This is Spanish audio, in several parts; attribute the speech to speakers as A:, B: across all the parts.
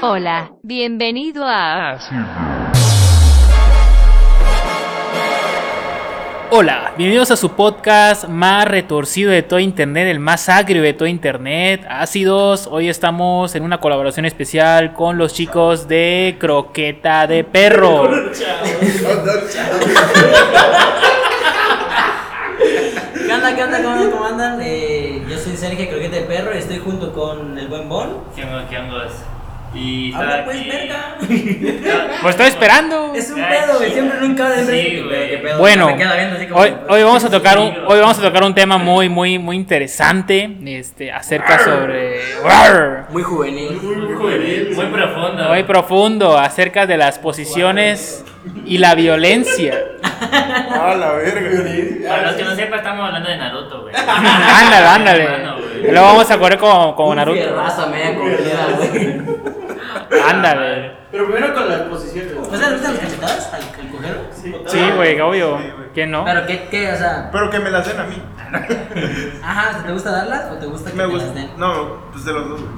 A: Hola, bienvenido a...
B: Hola, bienvenidos a su podcast más retorcido de todo internet, el más agrio de todo internet, Ácidos. Hoy estamos en una colaboración especial con los chicos de Croqueta de Perro.
C: ¿Qué onda, qué onda, cómo andan, cómo andan? Eh, yo soy Sergio Croquete de Perro y estoy junto con el buen Bon.
D: ¿Qué onda? ¿Qué onda? Y estar
C: Habla pues,
D: aquí-
C: verga.
B: Pues estoy esperando.
C: Es un
E: Ah,
D: Ay,
C: pedo, güey.
D: sí.
C: Siempre nunca de
D: Sí, güey.
B: Bueno,
C: me queda viendo así como, pues,
B: hoy, hoy vamos a tocar un, hoy vamos a tocar un tema muy, muy, muy interesante, este, acerca sobre,
C: Muy juvenil.
D: Muy juvenil, muy profundo.
B: muy profundo, acerca de las posiciones y la violencia.
E: A la
D: Para los
E: verga.
D: que no sepan, estamos hablando de Naruto, güey.
B: ándale,
D: Hermano,
B: ándale.
D: güey.
B: Luego vamos a correr como, como Naruto.
C: raza media comida, güey.
B: Ándale.
E: Pero primero con las posiciones.
C: ¿No se le ¿Pues gustan las cachetadas al, al cojero?
B: Sí, güey, obvio. ¿Quién no?
C: Pero qué, qué, o sea,
E: Pero que me las den a mí.
C: ajá, o sea, ¿te gusta darlas o te gusta que
E: Me
C: te
E: gusta.
C: las den?
E: No, pues de los dos. güey.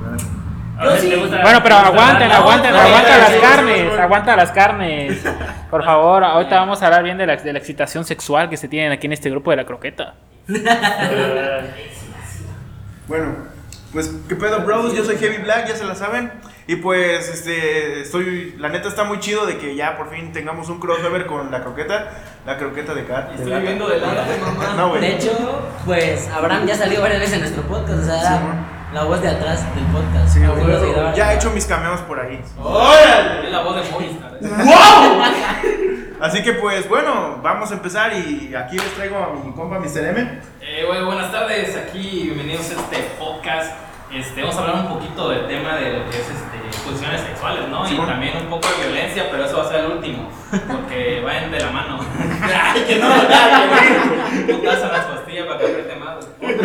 D: A ver,
C: Yo sí.
D: ¿te gusta-
B: Bueno, pero
D: te gusta
B: aguanten,
D: la-
B: aguanten,
D: No,
B: aguanta
D: no,
B: las
D: no, no,
B: carnes, aguanta las carnes. Por favor, ahorita vamos a hablar bien de la, de la excitación sexual que se tienen aquí en este grupo de la croqueta.
E: Bueno, pues, ¿qué pedo, bros? Yo soy Heavy Black, ya se la saben. Y pues, este, estoy. La neta está muy chido de que ya por fin tengamos un crossover con la croqueta. La croqueta de Kat. Estoy viviendo de lata. No, güey.
C: De hecho, pues Abraham ya salió varias veces en nuestro podcast, o sea, era
E: Sí, güey.
C: la voz de atrás del podcast.
E: Sí,
C: Así
E: güey.
C: lo seguirá.
E: ya he hecho mis cameos por ahí.
F: Es la voz de Movistar.
C: eh.
E: Así que, pues, bueno, vamos a empezar. Y aquí les traigo a mi compa, Mr. M.
F: Eh, güey, buenas tardes, aquí bienvenidos a este podcast. Este, vamos a hablar un poquito del tema de lo que es este, funciones sexuales, ¿no?
E: Sí,
F: Y
E: bueno.
F: también un poco de violencia, pero eso va a ser el último, porque van de la mano.
E: ¡Ay, que no!
F: Un paso a las pastillas para que apriete más.
C: Güey,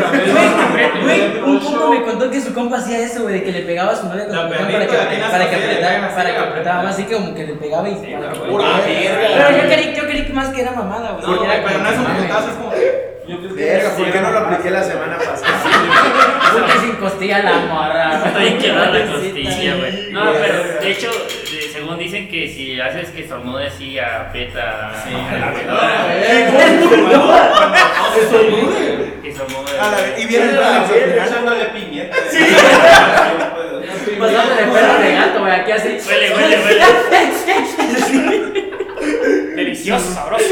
C: güey, un punto me contó que su compa hacía eso, güey, de que le pegaba a su novia con
F: La
C: su compa
F: perrita,
C: para que,
F: la que
C: para que
F: nace,
C: apretara, para que
F: sí, la
C: apretaba, así
F: perrita.
C: como que le pegaba y
F: Sí,
C: para que-
F: güey.
E: Pura verga.
C: Pero yo creí, yo creí que más que era mamada, güey.
F: No,
C: que era
F: güey, pero
C: como
F: no es un
C: mame.
F: putazo, es como que.
E: Verga, ¿por qué no lo apliqué la semana pasada?
C: Puta sin costilla la morra, güey.
D: Estoy quebrada la
C: Pobrecita.
D: costilla, güey. No,
E: güey.
D: pero de hecho, de- según dicen que si haces que estornude así, aprieta.
F: Sí,
D: a la
F: a la
D: veladora, güey.
F: No,
D: Que estornude.
E: A Ah, la vez- y viene el plan
F: Echándole piñeta. Sí.
C: Pasándole perro de gato, güey, aquí así.
D: Huele, huele, Delicioso, sabroso.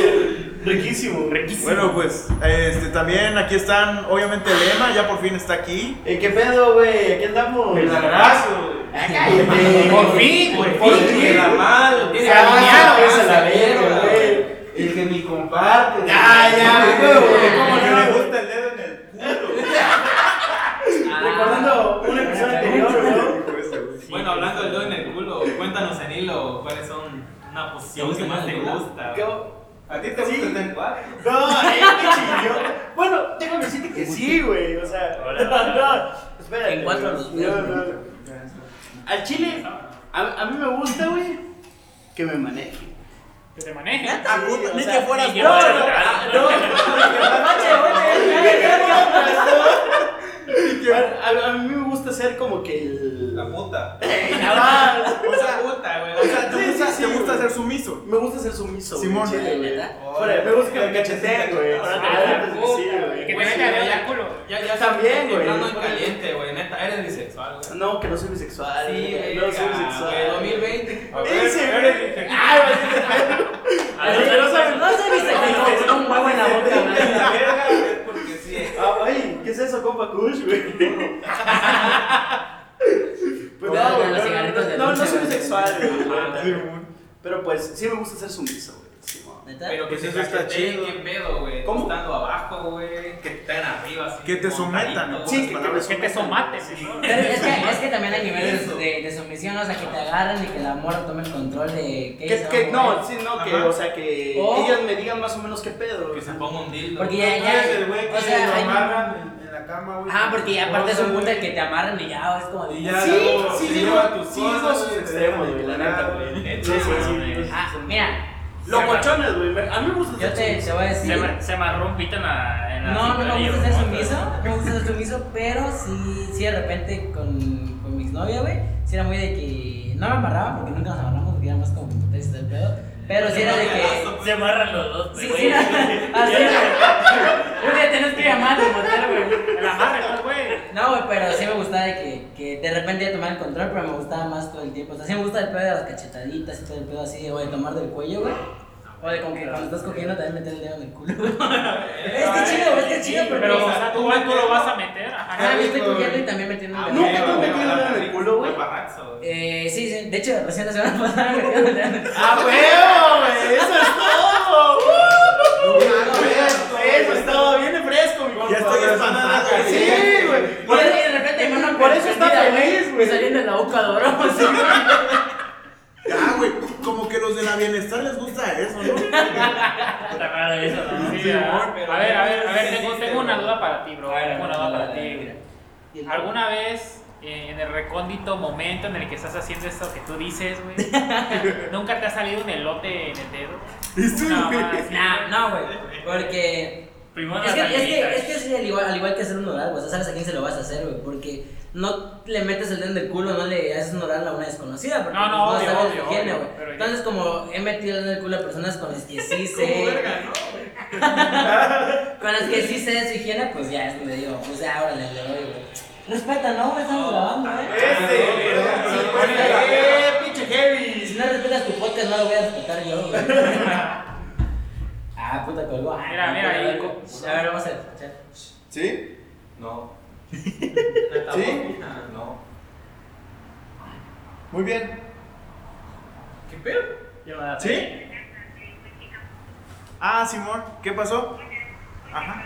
D: Riquísimo. Riquísimo.
E: Bueno, pues, este, también aquí están, obviamente, Lema, ya por fin está aquí.
G: Eh, ¿Qué pedo, güey? Aquí andamos.
F: El abrazo.
G: Por
D: fin, güey.
F: Por ti. Queda mal. Tiene alineado,
G: es
F: se
G: la
F: la
G: verga,
F: dieron,
G: güey. El que me comparte. Ya, ya,
E: Como
G: güey.
E: que le gusta el dedo en el
G: Recordando un episodio anterior,
E: culo.
F: Bueno, hablando del dedo en el culo, cuéntanos en hilo cuáles son una posición que más te gusta.
G: ¿no?
E: ¿A ti te gusta el dedo?
G: No, eh, qué chingón. Bueno, tengo que decirte que sí, güey. O sea, no, no. Espérate.
C: En cuatro los
G: güey. No, no. Al chile, a, a mí me gusta, güey, que me maneje.
B: Que te maneje.
G: Ah, puta, ni que fueras
D: ni que
G: no, no,
D: fueras
G: ah,
D: Brad.
G: no, A, a- a mí me gusta ser como que el.
F: La puta.
G: Ah,
F: O sea, puta, güey. O sea,
E: ¿Te gusta,
G: Sí,
E: te
G: sí, sí,
E: gusta
G: güey.
E: ser sumiso?
G: Me gusta ser sumiso. güey,
E: Simón.
G: chile, güey.
C: ¿Neta?
G: Ahora, me gusta que me cacheteen, güey.
F: Ahora te
G: Ah,
F: la
G: pues,
F: puta,
G: sí, güey.
F: que te meta el dedo en el
B: culo.
F: ya, ya
G: También,
F: estás
G: güey.
F: Entrando en caliente, güey. Neta, eres bisexual, güey.
G: No, que no soy bisexual.
F: Sí,
G: güey,
F: güey.
G: no soy
F: Ah.
G: bisexual.
F: 2020.
G: Ese, güey. Ay, Ah,
D: A los que no saben.
C: No sé, viste, me encontró un huevo en la boca, güey.
F: La verga, güey, porque sí.
G: Ah, Ay, ¿qué es eso, compa Kush, güey? Pues
C: Compa,
G: no, güey,
C: los
G: no,
C: cigarritos de
G: no, no, no
C: dulce,
G: soy
C: güey.
G: bisexual, güey. la
F: Ah,
G: neta. Pero pues sí me gusta ser sumiso, güey. sí, mo.
C: ¿Neta?
F: Pero que
E: Pues
F: te
E: eso está
F: cacheteen,
E: chido.
F: qué pedo, güey.
G: ¿Cómo?
F: Estando abajo, güey. Que te estén arriba, así.
E: Que te sometan,
F: montadito.
E: ¿no?
G: Sí, que te me
B: Que te
G: sometan.
B: somate.
C: Pero es que, es que también hay niveles de, de sumisión, o sea, que te agarran y que la morra tome el control de qué
G: Que,
C: hizo,
G: que
C: güey.
G: no, sí, no, que,
E: Ajá.
G: o sea, que
C: Oh.
G: ellas me digan más o menos qué pedo.
F: Que
G: güey.
F: se ponga un dildo.
C: Porque ya,
E: No
C: ya.
E: eres el güey
C: o
E: que
C: sea,
E: lo
C: hay-
E: amarran en- en la cama, güey.
C: Ah, porque ya aparte es un punto en que te amarran y ya, es como. de-
G: Sí,
E: luego
G: sí,
E: te
G: digo,
E: lleva tus
G: sí,
E: cosas,
G: digo a sus
E: te
G: extremos,
E: deja
G: güey, la
E: entrar,
G: neta,
E: güey.
G: güey.
D: Sí,
G: Sí,
D: güey,
G: sí, sí.
C: Ah, mira,
G: Locochones, güey. me- A mí me gusta
C: yo
G: ser
C: te,
G: sumiso.
C: te voy a decir.
D: Se, ma- se marrompitan a- en la.
C: No, no me
D: cintura y
C: gusta ser
D: en
C: sumiso, no me gusta ser sumiso, pero sí, sí de repente con, exnovia, güey, sí era muy de que. No me amarraba porque nunca nos amarramos porque era más como putez y todo el pedo. Pero sí era de que.
H: Se amarran los dos,
C: Sí,
H: güey.
C: sí, era. Así era. Un día tenés que llamar y matar, güey.
H: La amarran, ¿no, güey.
C: No, güey, pero sí me gustaba de que, que de repente ya tomaba el control, pero me gustaba más todo el tiempo. O sea, sí me gusta el pedo de las cachetaditas y todo el pedo así, o de tomar del cuello, güey. O de como que cuando estás cogiendo también meter el dedo en el culo. güey. está chido, güey, está chido, pero.
B: Pero
C: o
B: o
C: sea,
B: sea, tú, tú lo vas a meter. Ajá.
C: Ajá, me estoy cogiendo y también metiendo un dedo.
G: Nunca te han metido el dedo en el culo, güey.
F: Barraxo.
C: Eh, sí, sí, de hecho, recién la semana pasada me metieron el dedo en el culo.
G: ¡A huevo, güey! ¡Eso es todo! ¡Uh!
E: Ah,
G: Eso es todo, viene fresco, mi compa.
E: Ya estoy espantado, güey.
G: Sí, güey.
C: Por eso, y de repente, mi mano
G: por eso está
C: prendida,
G: feliz, güey.
C: Saliendo de la boca de oro, así, güey.
E: Ya, güey, como que los de la bienestar les gusta eso, ¿no?
H: Está raro eso, ¿no?
B: Sí, ah. a ver, a ver, a ver, tengo, tengo una duda para ti, bro.
F: A ver,
B: Tengo una duda
F: dale,
B: para
F: dale,
B: ti.
F: dale.
C: Y el-
B: ¿Alguna vez eh, en el recóndito momento en el que estás haciendo esto que tú dices, güey, nunca te ha salido un elote en el dedo? Una mamada
E: Este,
B: así,
C: Nah,
B: güey.
C: no, güey. Porque.
H: Primero
C: Es que,
H: las
C: es que,
H: amiguitas.
C: es que es al igual, al igual que hacer un oral, güey. O sea, sabes a quién se lo vas a hacer, güey. Porque no le metes el dedo en el culo, no le haces un oral a una desconocida. Porque
B: No, no,
C: pues,
B: obvio,
C: sabes
B: obvio,
C: higiene,
B: obvio,
C: güey.
B: pero ya.
C: Entonces, como he metido el dedo en el culo a personas con las que sí
F: Como
C: sé.
F: verga, ¿no? güey?
C: con las que sí sé de su higiene, pues ya es me digo, pues ya ahora le doy, güey. Respeta, ¿no? güey? Estamos grabando, ¿eh?
G: ¡Eh, pinche
C: Y
G: heavy!
C: si no respetas tu podcast, no lo voy a respetar yo, güey. ah, puta colgó. Ah,
B: Mira, mira, ahí,
C: A ver, vamos a escuchar.
E: ¿Sí?
F: No.
E: ¿Sí?
F: Ah, No.
E: Muy bien.
F: ¿Qué pedo?
E: ¿Sí? Ah, Simón, ¿qué pasó? Ajá.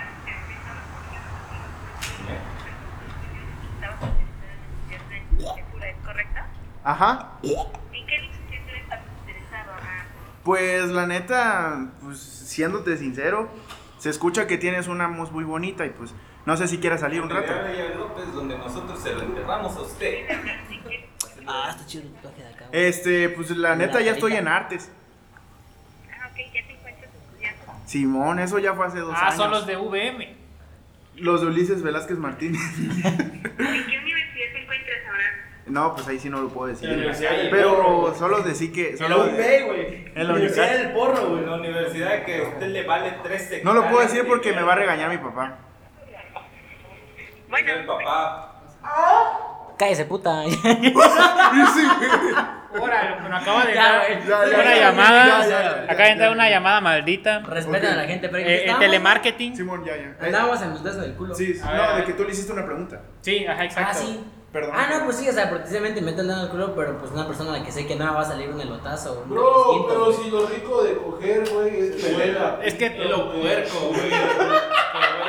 I: ¿Es correcto?
E: Ajá.
I: ¿En qué licenciatura estás interesado? Ah,
E: Pues la neta, pues siéndote sincero, se escucha que tienes una voz muy bonita y pues no sé si quieras salir un rato.
F: López, donde nosotros se lo enterramos a usted.
C: Ah, está chido el tatuaje de acá, güey.
E: Este, pues la neta ya estoy en artes.
I: ah, ok, ya te encuentras estudiando.
E: Simón, eso ya fue hace dos
B: Ah,
E: años.
B: son los de VM.
E: Los de Ulises Velázquez Martínez.
I: ¿En qué universidad te encuentras ahora?
E: No, pues ahí sí no lo puedo
F: La
E: decir.
F: Universidad del Porro,
E: Pero
F: güey.
E: solo decir que.
F: El
E: solo-
F: UP, güey.
E: En
G: En
E: la universidad.
G: la universidad del porro, güey.
F: La universidad que a usted le vale 13
E: no lo puedo decir porque me va a regañar mi papá.
I: Bueno,
F: papá.
C: Cállese, puta.
B: Órale, pero acaba de
C: Ya,
B: entrar
C: güey.
E: Ya, ya,
B: una
E: ya,
B: llamada.
E: ya, ya, ya,
B: acaba de entrar
E: ya,
B: una
E: ya.
B: llamada maldita.
C: Respetan a la gente, pero ¿en qué
B: Eh, el
C: estábamos?
B: telemarketing. Sí,
E: Simón, ya, ya. Eh,
C: Andábamos en los dedos del culo.
E: Sí, sí,
B: A ver, a
E: no, de
B: ver.
E: que tú le hiciste una pregunta.
B: ajá, exacto.
C: Ah, sí.
E: Perdón.
C: Ah, no, pues sí, o sea, precisamente meto el dedo en el culo, pero pues una persona a la que sé que no va a salir un elotazo. Un
J: Bro,
C: refresquito,
J: pero
C: güey.
J: si lo rico de coger, güey, es que vuela.
B: Es que,
F: El puerco, güey.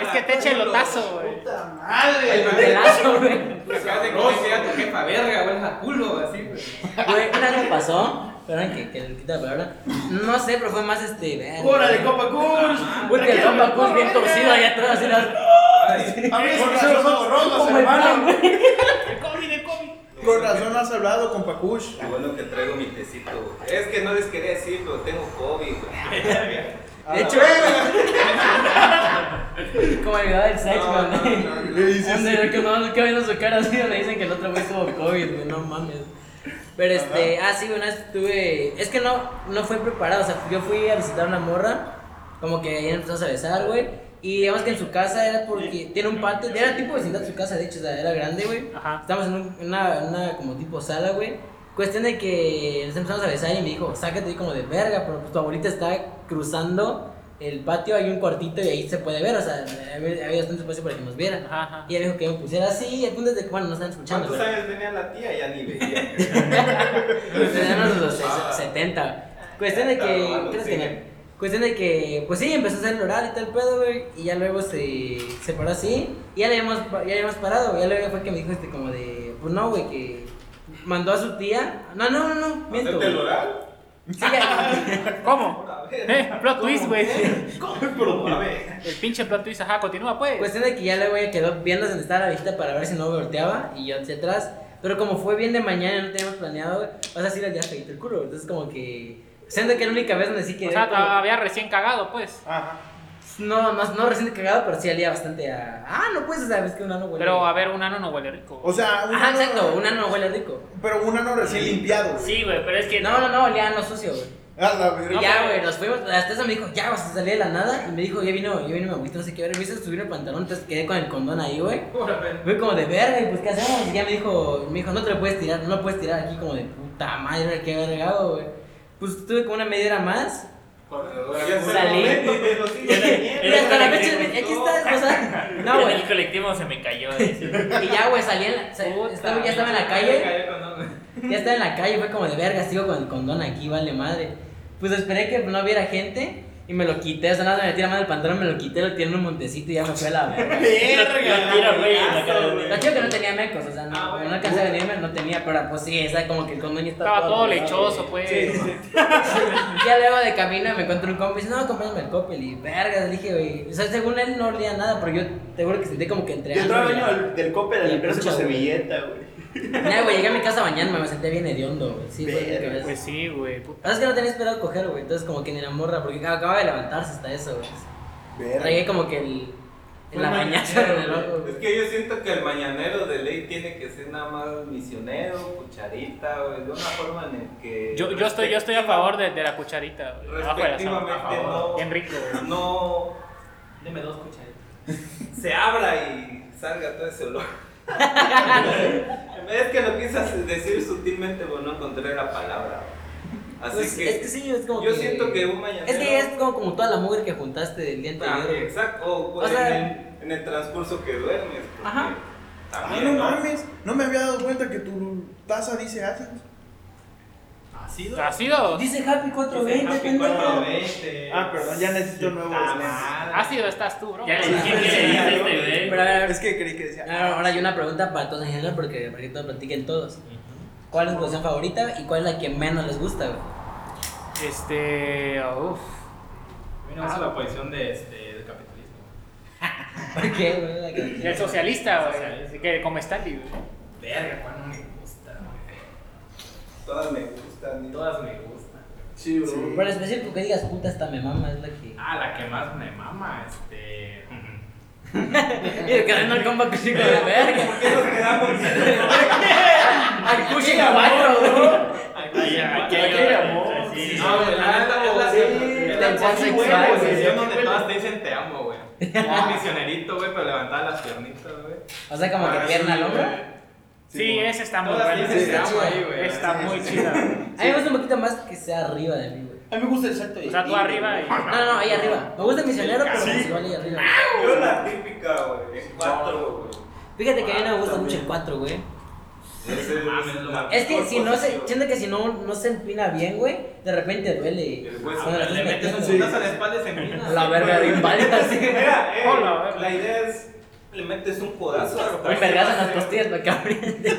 B: es que te eche el lotazo, güey.
J: Puta madre.
F: El
C: Pelazo, güey.
F: Lo que hace que sea tu jefa verga, güey, a culo, así, güey.
C: Güey, una vez me pasó, perdón que, que le quita la palabra. No sé, pero fue más este. ver-
G: ¡Órale, Copa Kush!
C: Güey, que el compa Cus bien torcido allá atrás, así las.
E: A mí con razón los
C: Como el pan, güey.
E: Con razón has hablado con Pacush.
F: bueno que traigo mi tecito, güey. Es que no les quería decir, pero tengo COVID, güey.
C: De hecho, como el video del sex,
F: No, no,
C: güey.
F: no, no.
E: Le dices,
C: Donde el que no nunca viendo su cara así, donde dicen que el otro güey tuvo COVID, güey, no mames. Pero este, ah, sí, una vez estuve. Es que no, no fue preparado, o sea, yo fui a visitar una morra, como que ahí empezamos a besar, güey. Y digamos que en su casa era porque tiene un patio, era tipo vecindad su casa, de hecho, o sea, era grande, güey.
B: Ajá.
C: Estamos en un- una, una como tipo sala, güey. Cuestión de que nos empezamos a besar y me dijo, sácate y como de verga, pero pues tu abuelita está cruzando el patio, hay un cuartito y ahí se puede ver, o sea, había había bastante espacio para que nos viera.
B: Ajá, ajá.
C: Y él dijo que me pusiera así, el punto es de que, bueno, no están escuchando.
F: ¿Cuántos
C: pero-
F: años tenía la tía? Ya ni veía.
C: Teníamos los ses- 70. Cuestión de que.
F: Ah,
C: ¿qué les
F: sí.
C: tenía? Cuestión de que. Pues sí, empezó a hacer el oral y tal pedo, güey. Y ya luego se, se paró así. Y ya le habíamos, pa- ya le habíamos parado. Ya luego fue que me dijo este como de. Pues no, güey, que. Mandó a su tía. No, no, no, no. Miento.
F: ¿Hacerte
C: güey.
F: el oral?
C: Sí, ya-
B: ¿Cómo?
F: A ver.
B: Eh, plot twist, güey.
F: Pero, a ver.
B: El pinche plot twist, ajá, continúa, pues.
C: Cuestión de que ya luego ella quedó viendo donde estaba la visita para ver si no volteaba y yo hacia atrás. Pero como fue bien de mañana y no teníamos planeado, güey, o sea, sí le había el culo. Entonces, como que. Siento que era la única vez donde sí que.
B: o sea, había recién cagado, pues.
E: Ajá.
C: No, no, no recién cagado, pero sí olía bastante a. Ah, no puedes saber, es que un ano huele.
K: Pero a ver, Ah, un ano no huele rico.
E: O sea, un
C: Ajá,
E: ano-
C: exacto, un ano huele rico.
E: Pero un ano recién limpiado. güey.
F: Sí, güey, pero es que.
C: No, no, no, olía a ano sucio, güey.
E: A la verga.
C: Y ya, güey, nos fuimos. Hasta eso me dijo, ya, vas a salir de la nada. Y me dijo, ya vino, ya vino mi abuelito, no sé qué. ver, Me hizo subir el pantalón, entonces quedé con el condón ahí, güey. Fue como de verga, y pues, ¿qué hacemos? Y ya me dijo, me dijo, no te lo puedes tirar, no lo puedes tirar aquí, como de puta madre, qué vergado, güey. Pues tuve como una media hora más. Salí. Y hasta la fecha, aquí está, o sea, no,
F: en
C: güey.
F: el colectivo se me cayó. ese.
C: Y ya, güey, salí, en la- sa- estaba, ya estaba en la calle. Ya estaba en la calle, fue como de verga, sigo con el condón aquí, vale madre. Pues esperé que no hubiera gente y me lo quité, o sea, nada, me metí la mano del pantalón, me lo quité, lo tiré en un montecito y ya me fue a la verga.
F: Lo tira, güey, en la cara, güey.
C: Lo chido que no tenía mecos, o sea, no, como no alcancé a venirme, no tenía, pero pues sí, esa como que el condón ya estaba,
K: Estaba todo
C: doblado,
K: lechoso,
C: güey.
K: pues.
C: Ya luego de camino me encontré un compa y dice, no, acompáñame al copel y verga, le dije, güey. O sea, según él no olía nada, pero yo te juro que sentí como que entre
G: Yo entraba
C: ano
G: al
C: y-
G: baño al- del cope de
C: Y
G: limpiarse con
C: pucha, güey.
G: servilleta, güey.
C: Ya, güey, llegué a mi casa mañana, me senté bien hediondo, güey. Sí, fue
G: Verga,
C: lo que
K: Pues
C: ves.
K: sí, güey. puta.
C: Sabes que no tenía esperado coger, güey. Entonces, como que ni la morra, porque acababa de levantarse hasta eso, güey. Tragué como que el. En la mañana en el ojo,
L: Es
C: güey.
L: que yo siento que el mañanero de ley tiene que ser nada más misionero, cucharita, güey, de una forma en el que.
K: Yo, yo, estoy, yo estoy a favor de, de la cucharita, güey. Abajo de la sábana, a
L: Respectivamente,
K: favor.
L: no.
K: Bien rico, güey.
L: No
M: Deme dos cucharitas.
L: se abra y salga todo ese olor. es que lo quise decir sutilmente, pero no encontré la palabra. Así
C: Pues,
L: que.
C: es que sí, es como
L: yo
C: que.
L: siento que un mañanero.
C: Es que es como, como toda la mugre que juntaste del día
L: Ah,
C: anterior. güey.
L: exacto, o,
C: O sea-
L: en, el, en el transcurso que duermes. porque
C: Ajá.
E: Ah,
L: También,
E: no
L: ¿no?
E: mames. No me había dado cuenta que tu taza dice ácidos.
M: ¿Ácido?
K: ¿Ácido?
C: Dice Happy 420, pendejo.
L: Este,
M: Este,
E: Ah, perdón, ya necesito este. nuevos
B: Ah,
E: lentes.
K: Ácido estás tú, bro.
F: Ya le dije que le dice este, güey.
C: Pero a ver,
E: Es que creí que decía.
C: ahora Ah, ahora hay una pregunta para todos en general, porque para que todos platiquen todos. ¿Cuál es tu posición favorita y cuál es la que menos les gusta, güey?
K: Este. Uff.
M: A mí no me
C: Ah.
M: gusta la posición de, este, del capitalismo.
C: ¿Por qué, güey? La que-
K: El socialista, güey.
M: Socialista.
K: Así que como Stanley, güey.
M: Verga, ¿cuál no me gusta, güey?
L: Todas me gustan.
M: Todas me gustan.
N: Sí, bro.
C: Pero específico que digas, puta, esta me mama, es la que.
M: Ah, la que más me mama, este.
C: Y el carril al compa que chico de verga.
L: ¿Por qué nos quedamos?
C: Al cuchi la barro, güey.
F: Ay, aquí hay otro, sí.
M: No, güey, la neta es la
C: la
M: la
C: sensual,
M: güey,
C: güey,
M: posición
C: sí,
M: donde todas te dicen te amo, güey. Un misionerito, güey, pero levantar las piernitas, güey.
C: O sea, como que
L: Ah,
C: pierna
L: sí,
C: al hombro. A
K: Sí, esa está muy
M: Todas
K: buena.
M: dicen te amo
C: chida.
M: ahí, güey.
K: Está muy chida. güey.
C: mí me gusta un poquito más que sea arriba de mí, güey.
N: A mí me gusta el salto de
K: O sea, tú arriba y.
C: No, no, ahí arriba. Me gusta el misionero, pero sensual ahí arriba.
L: Yo la típica, güey. En cuatro, güey.
C: Fíjate que a mí no me gusta mucho el 4, güey.
L: Ese
M: mames, lo
L: la
C: Es que
L: mejor
C: si no se.
L: posición.
C: Siento que si no, no se empina bien, güey, de repente duele.
L: El hueso.
C: Cuando
M: Le
C: la estás
M: metes un
C: metiendo.
M: putazo a la espalda y se empina.
C: La verga de inválida, así.
L: Mira, eh,
K: Hola, a ver.
L: la idea es le metes un codazo a
C: Un vergazo en las costillas para que apriete.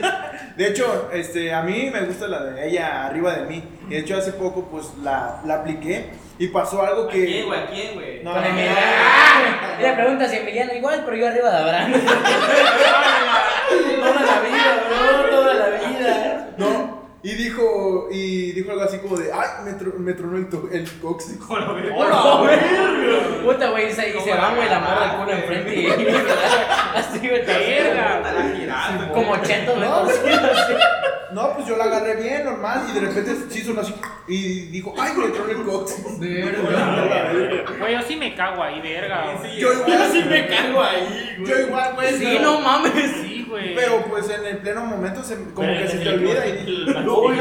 E: De hecho, este, a mí me gusta la de ella arriba de mí. Y de hecho, hace poco, pues la, la apliqué y pasó algo
M: ¿A quién,
E: que.
M: güey? ¿A quién, güey?
E: No,
C: Con
E: no,
C: Emiliano. Ah, Y le pregunta si Emiliano igual, pero yo arriba de Abraham.
G: Toda la vida, bro, toda la vida.
E: no. Y dijo, y dijo algo así como de, ay, me, tro- me tronó el, to- el tóxico.
C: Puta, güey, y se, y se va, güey, la morra al culo enfrente. Y, así, güey,
M: Está
C: verga.
G: Ah,
M: la girando, güey.
C: Como 80 de
E: No.
C: torcido, así.
E: No, pues yo la agarré bien, normal, y de repente sí sonó así. Y dijo, ay, me tronó el tóxico.
K: Güey, yo sí me cago ahí, verga. güey.
E: Yo igual,
M: Me cago ahí, güey.
E: yo igual, güey.
C: Sí,
E: pero-
C: no mames.
K: Sí, güey.
E: Pero pues en el pleno momento se, como
F: Pero
E: que
F: en
E: se
F: el-
E: te olvida y
F: el-
E: bueno,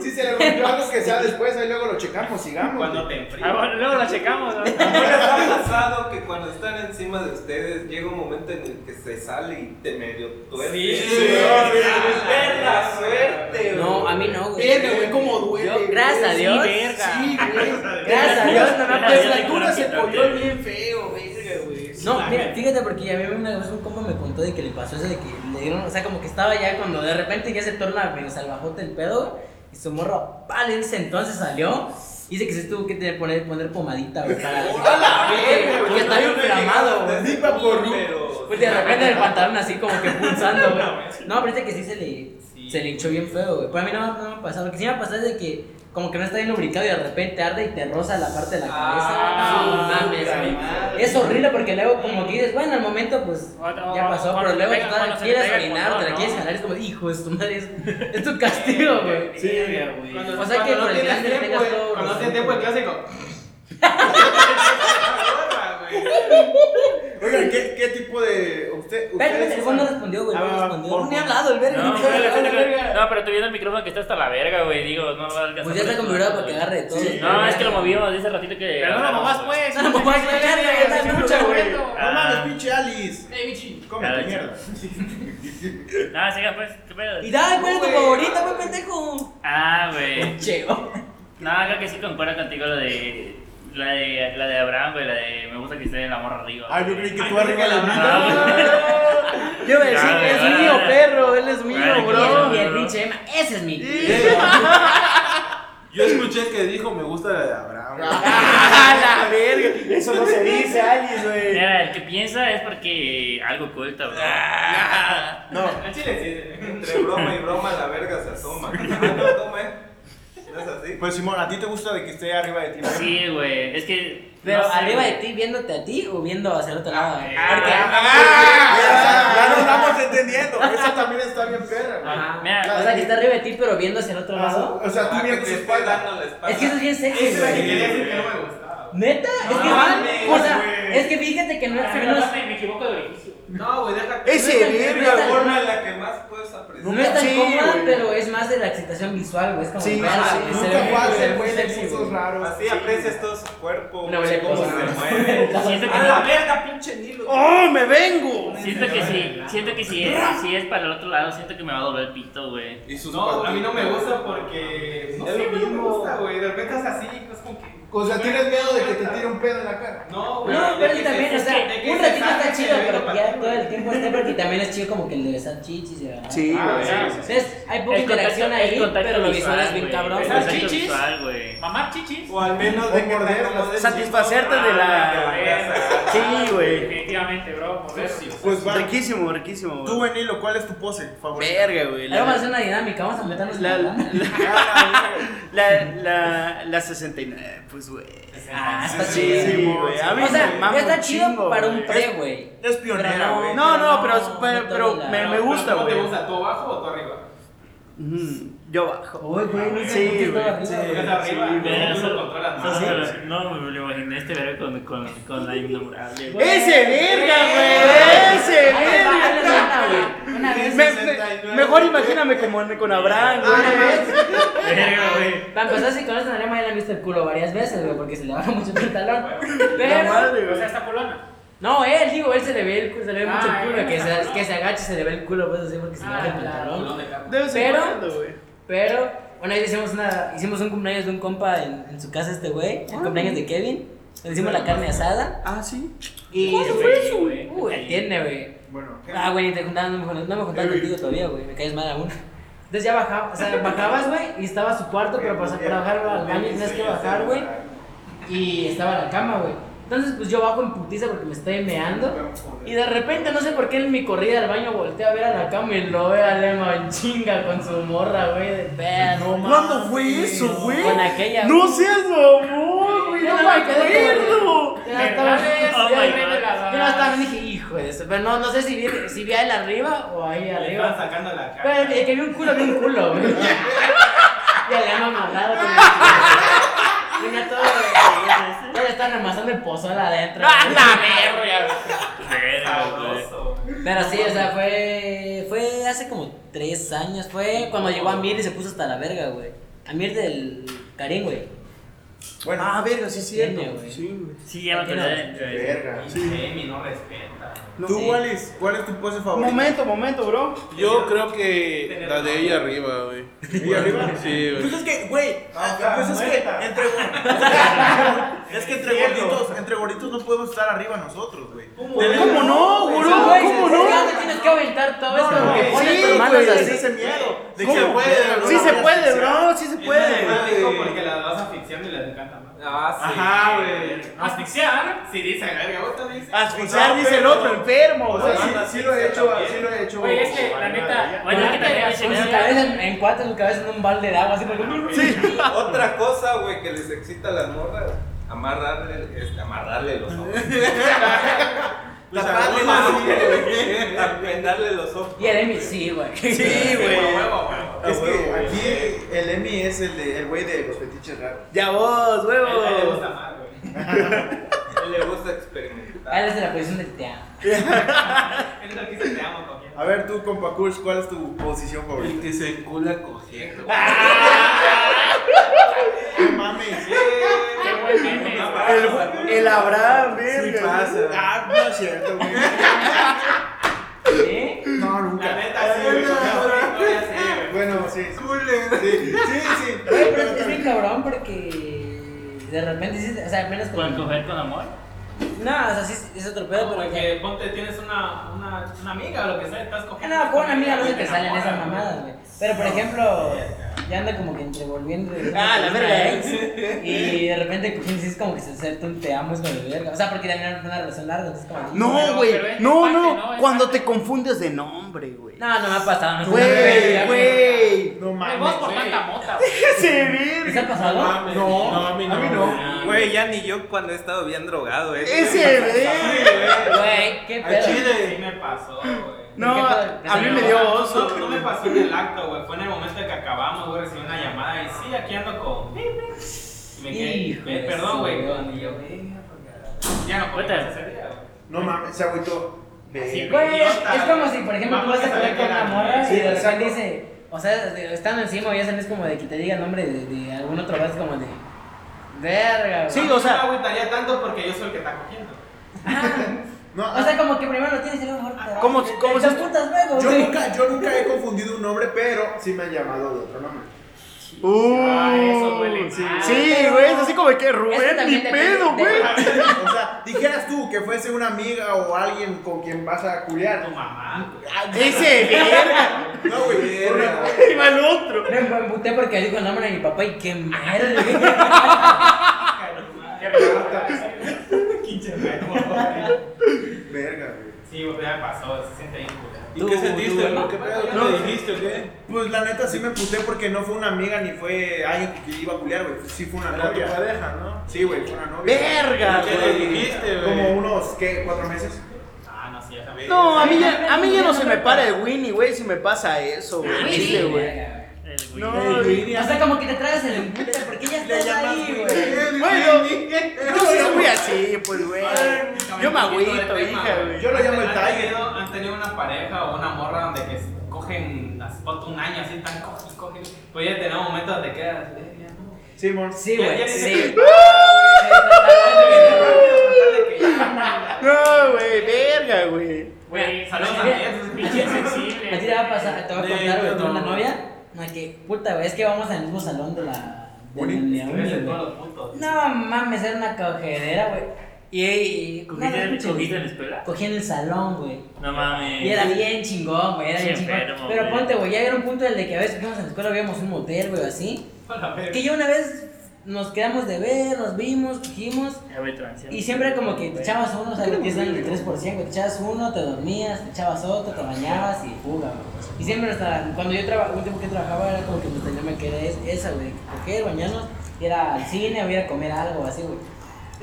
E: si se le rompió algo que sea después, ahí luego lo checamos, sigamos.
M: Cuando te
K: Ah, bueno,
M: enfrías.
K: luego la checamos. ¿no?
L: ¿No les ha pasado que cuando están encima de ustedes llega un momento en el que se sale y te medio tuerce?
M: Sí,
L: Sí,
M: sí,
L: es la suerte,
C: No,
L: güey.
C: a mí no,
N: Verga,
C: güey.
N: güey, cómo duele.
C: Yo,
N: güey.
C: gracias a
K: Sí,
C: Dios.
K: verga.
N: Sí, güey.
C: Gracias a Dios, no me
N: La
F: Gracias.
N: peslatura se cogió bien feo, verga, güey.
C: No, mira, fíjate porque a mí una vez un compa me contó de que le pasó eso de que le dieron, o sea, como que estaba ya cuando de repente ya se torna medio salvajote el pedo, güey, y su morro, pal, en ese entonces salió, y dice que se tuvo que tener- poner, poner pomadita, güey, para... Porque- Porque estaba inflamado, güey.
E: Ni pa' por mí.
L: Pero-
C: Pues de repente el pantalón así como que pulsando, güey. No, pero es de que sí se le, se le hinchó bien feo, güey. Pero a mí no, no me ha pasado. Lo que sí me ha pasado es de que como que no está bien lubricado y de repente arde y te roza la parte de la cabeza.
M: Ah,
C: no mames,
M: puta
C: güey.
M: madre.
C: Es horrible porque luego como que dices, bueno, al momento pues ya pasó, pero luego te la quieres orinar, te la quieres jalar, es como, hijo de tu madre, es, es tu castigo, güey.
M: Sí, güey.
C: O sea que por
G: Cuando no
C: el
G: tienes
C: grande
G: tiempo,
C: tengas
G: eh,
C: todo
G: cuando no
C: rosado.
G: tienes tiempo el clásico.
E: Oigan, ¿qué, qué tipo de. Usted,
C: Espérate,
E: ustedes
C: el
E: usan-
C: teléfono no respondió, güey,
E: Ah,
C: no
E: va, va,
C: respondió.
E: por
C: Ni ha
E: favor.
C: hablado el verga.
F: No,
C: ni ha hablado el verga.
F: no, pero tú viendo el micrófono que está hasta la verga, güey. Digo, no va a alcanzar.
C: Pues ya está configurado para que agarre de todo.
F: No, es que lo movimos dice ratito que.
M: Pero no lo mamás, pues.
C: No, no, pues,
M: Dale,
C: ya, ya, ya,
M: se
C: ya,
M: escucha,
C: ya,
M: güey.
C: ya,
K: Ah.
E: No mames, pinche Alice.
M: Ey, bichi.
E: Come
F: Claro,
E: mierda.
F: Ah, siga, pues. ¿Qué pedo?
C: Y dale, ¿cuál es tu favorita, pues, pendejo?
F: Ah, güey.
C: Cheo.
F: No, creo que sí concuerdo contigo lo de. La de, la de Abraham, güey, la de me gusta que esté la morra arriba.
G: Ah,
E: Ay, Ah, yo creí que tú
G: Ay,
E: arriba la
F: Ah,
E: mano.
F: güey.
C: Yo iba a
F: Ya,
C: decir,
F: güey,
C: es
F: ya,
C: mío,
F: ya.
C: perro, él es
F: Ya,
C: mío,
F: ya,
C: bro.
F: ya,
C: Y
F: ya,
C: el
F: ya.
C: pinche Emma, ese es mi.
E: Yo escuché que dijo me gusta la de Abraham.
G: ¡A la verga! Eso no se dice, Alice, güey.
F: Mira, el que piensa es porque algo oculta, bro.
L: Al chile sí, entre broma y broma la verga se asoma. Ah, No, toma, eh. ¿No es así?
E: Pues Simón, ¿a ti te gusta de que esté arriba de ti?
F: Sí, güey. Es que.
C: Pero
F: no sé,
C: arriba de
F: güey.
C: ti, viéndote a ti o viendo hacia el otro lado. güey?
B: Ah,
C: Porque-
E: Ah, ya lo estamos entendiendo. Esa también está bien perra. güey.
C: Ajá.
F: Mira,
C: o sea, que está arriba de ti, pero viendo hacia el otro lado.
E: O sea, tú
L: Ah, que
E: mientes
L: te
E: su
L: estoy
E: espalda.
L: dando la espalda.
C: Es que eso es bien sexy,
G: Esa es la que
C: güey.
G: quería decir que no me gustaba.
C: ¿Neta? es que,
G: mames,
C: o sea,
G: güey.
C: es que fíjate que no,
F: Ah,
C: no es-
F: me equivoco de orificio.
G: No, güey, deja
C: Ese
L: Es
C: verga,
L: la
C: güey.
L: forma en la que más puedes apreciar.
C: no es tan
G: Sí,
C: cómoda,
G: güey.
C: pero es más de la excitación visual, güey. Es como
E: Sí,
C: real,
E: sí,
C: güey, se
E: nunca
C: ve-
E: fue a
C: se
E: ser
C: ve
E: güey de
C: sexy,
E: cursos
C: güey.
E: raros.
L: Así aprecias todo su cuerpo,
C: No,
L: güey,
C: le
L: cómo se
C: puedo dar.
L: mueve.
F: Siento que
L: ¡A
F: no.
L: la verga, pinche Nilo!
G: ¡Oh, me vengo!
F: Siento que sí, siento que si es, si es para el otro lado, siento que me va a doler el pito, güey.
E: Y sus
M: No, a mí no me
E: patitas.
M: gusta porque. No
E: Es
M: sé,
E: lo
M: güey, no me
E: mismo.
M: gusta, güey. De repente es así, es como que.
E: O sea, tienes miedo de que te tire un pedo en la cara.
M: No, güey.
C: No,
M: de
C: pero
M: que
C: sí también,
M: se-
C: o
M: es
C: sea,
M: que- de que
C: un
M: se
C: ratito
M: saca
C: está
M: el
C: chido, pero
M: cerebro
C: que
M: para
C: ya
M: ti,
C: todo el
M: güey.
C: tiempo esté porque también es chido como que el de besar chichis y ¿verdad?
G: Sí,
M: Ah,
G: güey.
M: ya, sí,
C: Entonces, hay poca
F: El contacto-
C: interacción ahí,
F: el contacto
C: pero lo visual
F: visual,
C: es bien
F: güey.
C: cabrón.
F: El
C: güey.
F: contacto
M: Ah, chichis?
F: visual, güey.
M: Mamar chichis.
L: O al menos
E: O
L: de que
E: morderlas.
L: te acomodes
G: Satisfacerte de
L: Ah,
G: la.
L: güey, o sea,
G: Sí, güey.
M: Definitivamente, bro. Mordercio.
E: Pues va.
G: Riquísimo, riquísimo,
E: Tú,
G: güey.
E: Benilo, ¿cuál es tu pose favorita?
G: Verga, güey.
C: Ahora vamos a hacer una dinámica, vamos a meternos en
G: La,
C: la banda.
G: la, la, la 69, pues, güey.
C: Ah, está
E: Sí,
C: chido.
E: sí,
G: güey. A mí
C: o sea,
G: me mama
C: está
G: un
C: chido
G: chingo,
C: para un
G: güey.
C: pre, güey.
E: Es pionera,
C: Pero
E: güey.
G: No, no, pero, pero,
C: no te
G: pero
C: doy la-
G: me, me gusta,
M: ¿Cómo te
G: güey.
M: gusta? ¿Tú abajo o tú arriba?
G: Ujú, Yo bajo.
C: Uy, güey, no sé
G: Sí,
C: por qué estaba
G: güey,
C: arriba,
M: Porque
C: güey.
M: es arriba,
G: sí,
M: güey,
F: Verga,
M: tú lo
F: solo-
M: controlas Ah,
F: solo-
M: más.
F: solo- No, me lo imaginé este verga con, con, con la innombrable. güey.
G: Ese verga, güey. Ese
C: Ahí les va, ahí les va
G: verga.
C: una, güey. Una
G: Me-
C: vez.
G: me- mejor imagíname como con Abraham, güey.
F: Verga, güey.
C: Para empezar, si conoces a María, María le han visto el culo varias veces, güey, porque se le baja mucho el pantalón.
G: La
C: Pero.
G: madre, güey.
M: está colona.
C: No, él, digo, él se le ve, el culo, se le ve mucho el
M: Ah,
C: culo,
M: ya.
C: que se, que se agache y se le ve el culo, pues así, porque se le baja el pantalón.
G: De vez en
C: Pero-
G: cuando, güey.
C: Pero, una vez hicimos, una, hicimos un cumpleaños de un compa en, en su casa, este güey, el cumpleaños de Kevin. Le hicimos la carne asada.
G: Ah, sí.
C: Y.
F: Sí, güey.
C: Uy, atiende, Uh, güey.
E: Bueno, ¿qué?
C: Ah, güey, ni te juntabas, no me, jun- no me juntaba contigo todavía, güey. Me caes mal aún. Entonces ya bajaba, o sea, bajabas, güey, y estaba su cuarto, pero para, para bajar al baño tenías que bajar, güey. Y estaba la cama, güey. Entonces, pues yo bajo en putiza porque me estoy meando. Y de repente, no sé por qué en mi corrida al baño volteo a ver a la cama y lo veo a Lema en chinga con su morra, güey, de perro.
G: ¿Cuándo fue eso, güey?
C: Con aquella.
G: No seas mamón, güey. No
C: Yo
G: me
C: no me quedé
G: acuerdo.
C: Yo no estaba
F: Oh
C: yo
F: my
C: estaba-
F: God.
C: yo no estaba dije, hijo de eso. Pero no, no sé si vi, si vi a él arriba o ahí
M: Le
C: arriba.
M: iban sacando la cara.
C: Pero el que vio un culo, vio un culo, güey. Ya le han amarrado con el Venga todo, güey. Ya le están amasando el pozol adentro.
K: ¡Ah,
C: güey.
G: Ah,
F: Verga, güey.
M: Sabroso.
C: Pero sí, o sea, fue. Fue hace como tres años. Fue cuando llegó a Mir y se puso hasta la verga, güey. A Mir del Karim, güey.
E: Bueno,
G: Ah, verga, sí es
C: Genio,
G: cierto.
C: güey.
G: Sí, güey.
F: Sí, ya me acordé. güey.
E: verga.
M: Jamie no respeta.
G: No.
E: ¿Tú,
C: Sí.
E: Wallis, cuál es tu pose favorita?
G: Momento, momento, bro.
O: Yo creo que la de ella arriba, güey.
E: ¿Y arriba?
O: Sí, güey.
E: Pues es que, güey,
L: Ah,
E: pues es que
L: muerta.
E: entre Es que entre gorditos, entre gorditos no podemos estar arriba nosotros, güey.
G: ¿Cómo no,
C: Ese
G: bro?
C: güey,
G: ¿Cómo
C: ese
G: no?
C: güey, te tienes que aventar todo eso.
E: No,
C: güey.
E: no,
C: Oye,
E: sí,
C: tu hermano
E: güey,
C: es
E: es
C: así.
E: ese miedo. De que puede, bro.
G: Sí se puede, bro, sí se
M: Es
G: puede.
M: matemático porque las vas asfixiando y les encanta más.
L: Ah, sí.
G: Ajá, güey.
M: ¿Asfixiar? Sí, dice, verga, otra dice.
G: Asfixiar dice el otro, enfermo. O sea, sí,
E: sí lo he hecho, sí lo he hecho.
M: Güey, es que la neta.
C: Bueno,
M: la
C: ¿qué
M: neta,
C: te Con su cabeza en, en cuatro, su cabeza en un balde de agua, así porque.
L: Otra cosa, güey, que les excita a las morras. Amarrarle, este, amarrarle los ojos.
E: Taparle
L: Ah,
E: los
L: sí, güey. Tapenarle los ojos.
C: Y el Emi, sí, güey.
E: Sí, güey.
G: Ah,
E: Es
L: A huevo,
E: que
L: güey.
E: aquí el Emi es el de- el güey de los fetiches raros.
G: Ya
M: A
G: vos,
M: él le
G: huevo.
M: gusta más, güey.
L: A él le gusta
C: Ah, él
L: experimentar.
C: es de la posición del tea.
M: Él es el que dice, te amo, cogiendo.
E: A ver, tú, compa Kurz, ¿cuál es tu posición favorita?
L: que se encula cogiendo.
E: No mames.
G: El, el Abraham,
E: Sí
G: verga.
E: pasa. Ah, no es cierto, güey.
C: ¿Eh?
E: No, nunca.
M: La neta, sí, güey. No, ya sé, güey.
E: Bueno, sí. sí.
G: eh.
E: Sí, sí, sí.
C: Güey, pero es bien cabrón porque. De repente dices, o sea, apenas
F: ¿Pueden
C: con.
F: coger con amor?
C: No, o sea, sí es- es otro pedo,
M: No,
C: pero.
M: porque ponte, tienes una, una, una amiga o lo que sea, estás
C: Ah,
M: cogiendo.
C: no, con una amiga no se
M: y
C: te salen
M: enamoras,
C: esas mamadas, güey. Pero por ejemplo, ya anda como que entre volviendo. de una
G: Ah, la
C: con una
G: verga. ¿eh?
C: ex, Y de repente pues, como que dices como que se acerca un te amo es con el verga. O sea, porque también era una relación larga, entonces como.
G: No,
F: Pero-
G: güey.
F: pero es
G: No,
F: parte,
G: no.
F: ¿no? Es
G: Cuando
F: parte.
G: te confundes de nombre, güey.
C: No, no me ha pasado, no
G: Güey, güey.
E: No
F: Ay, vos por
E: mames.
F: tanta mota, güey.
G: Se
C: ¿Qué te ha
G: verga.
C: pasado?
E: No, a mí no.
L: Güey, ya ni yo cuando he estado bien drogado, eh.
G: Ese verga.
C: Güey, qué
E: Al
C: pedo.
M: Sí
E: chile.
M: me pasó, güey.
G: No,
C: ¿Qué
G: a,
C: pedo?
G: a mí me
M: No,
G: dio
M: no,
G: oso.
M: No, no me pasó en el acto, güey. Fue en el momento de que acabamos, güey. Recibí una llamada y sí, aquí ando con. Y me quedé.
C: Hijo
M: eh,
C: de su
M: perdón, güey.
C: madre.
M: Y yo, "Venga, porque- Ya no cuenta ese día, güey.
E: No mames, se agüitó.
M: Sí,
E: Ve.
C: Güey, es,
M: idiota.
C: es como si, por ejemplo, tú
M: Vamos
C: vas a
M: a
C: comer
M: saber
C: con
M: que
C: una
M: la-
C: morra
E: sí,
C: y de repente
E: exacto.
C: dice, o sea, de- estando encima, ya sabes como de que te diga el nombre de, de algún otro vas como de. Verga, güey.
G: Sí,
M: No
G: o sea-
M: me agüitaría tanto porque yo soy el que está cogiendo.
E: No,
C: O sea, como que primero lo tienes y luego mejor te vas.
G: ¿Cómo-
C: Te-
G: cómo
C: te
G: se-
C: putas luego,
E: ah, yo
C: güey.
E: nunca, yo nunca he confundido un nombre, pero sí me han llamado de otro nombre.
G: Uh,
M: Ah, eso duele
G: sí,
M: más.
G: sí, güey, es así como que
C: Es que
G: Rubén, ni
C: también depende-
G: pedo,
C: depende-
G: güey.
E: O sea, dijeras tú que fuese una amiga o alguien con quien vas a culiar.
M: Tu mamá, güey.
G: Ese verga.
E: No, güey. por una-
G: Y va el otro.
C: Me embuté porque dijo el nombre de mi papá y qué mierda.
M: Quinche, güey.
E: Verga, güey.
M: Sí, güey, ya pasó. Se siente bien, culero.
E: ¿Y qué sentiste, bro? ¿Qué pedo? ¿Qué le dijiste, qué? Pues la neta sí me puté porque no fue una amiga ni fue alguien que iba a culiar, güey. Sí fue una novia. pareja, ¿no? Sí, güey, fue una novia.
G: Verga,
E: ¿Qué
G: güey.
E: le dijiste, güey? Como unos, ¿qué? ¿Cuatro meses?
M: Ah, no, sí, ya también.
G: No, a mí ya, a mí ya no se me para el Winnie, güey, si me pasa eso, güey. Chile, güey.
F: El güey.
G: No,
E: El
G: güey.
E: Winnie.
C: O sea, como que te traes el embute porque ya
E: Le
C: estás
E: llamas,
C: ahí,
E: güey.
C: güey.
G: Bueno, yo sí soy así, pues, güey. Yo me agüito,
M: Tema,
G: hija,
M: güey.
G: güey.
E: Yo lo llamo el
M: ¿Han
E: Tiger.
M: tenido- ¿Han tenido una pareja o una morra donde que se cogen las fotos un año así tan cogen, cogen? Pues ya tenemos momentos donde quedas. eh, ya no.
E: Simón.
C: Sí,
M: Ya-
C: güey,
M: ya dice
C: sí.
M: que-
G: No, güey, verga, güey.
F: Güey,
M: Saludos a
F: saludos Pinche sensible.
C: A ti te va a pasar, te va a
L: De
C: contar, güey,
L: hecho,
C: tú una
L: no.
C: novia. No, que puta, güey, es que vamos al mismo salón de la. De la
E: Uni.
C: de la uni, güey. No mames, era una cogedera, güey. Y, y no, no,
F: ¿Cogiste,
C: pinche-
F: ¿Cogiste en la escuela?
C: Cogí en el salón, güey.
F: No mames.
C: Y era bien chingón, güey, era
F: Qué
C: bien chingón.
F: enfermo,
C: Pero
F: güey.
C: ponte, güey, ya era un punto en el de que a veces que íbamos a la escuela, veíamos un motel, güey, o así. Que ya una vez nos quedamos de ver, nos vimos, cogimos.
F: Ya me transeé.
C: Y siempre como que te echabas uno, o sea, que te el de 3%, güey, te echabas uno, te dormías, te echabas otro, te bañabas y fuga, güey. Y siempre hasta cuando yo trabajaba, un tiempo que trabajaba era como que pues yo me quedé es- esa, güey, coger, bañarnos, ir al cine o ir a comer algo así, güey.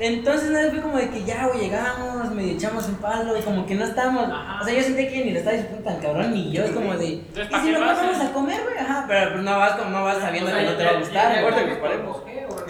C: Entonces una vez fue como de que ya, güey, llegamos, medio echamos un palo, y como que no estábamos,
M: Ajá.
C: o sea, yo sentía que ni lo estaba disfrutando tan cabrón, ni yo, es como de, ¿y
F: Entonces, ¿pa'
C: si
F: qué
C: lo
F: vas,
C: vamos
F: eh?
C: a comer, güey? Ajá, pero pues, no vas, como, no vas sabiendo que no te va a gustar, güey.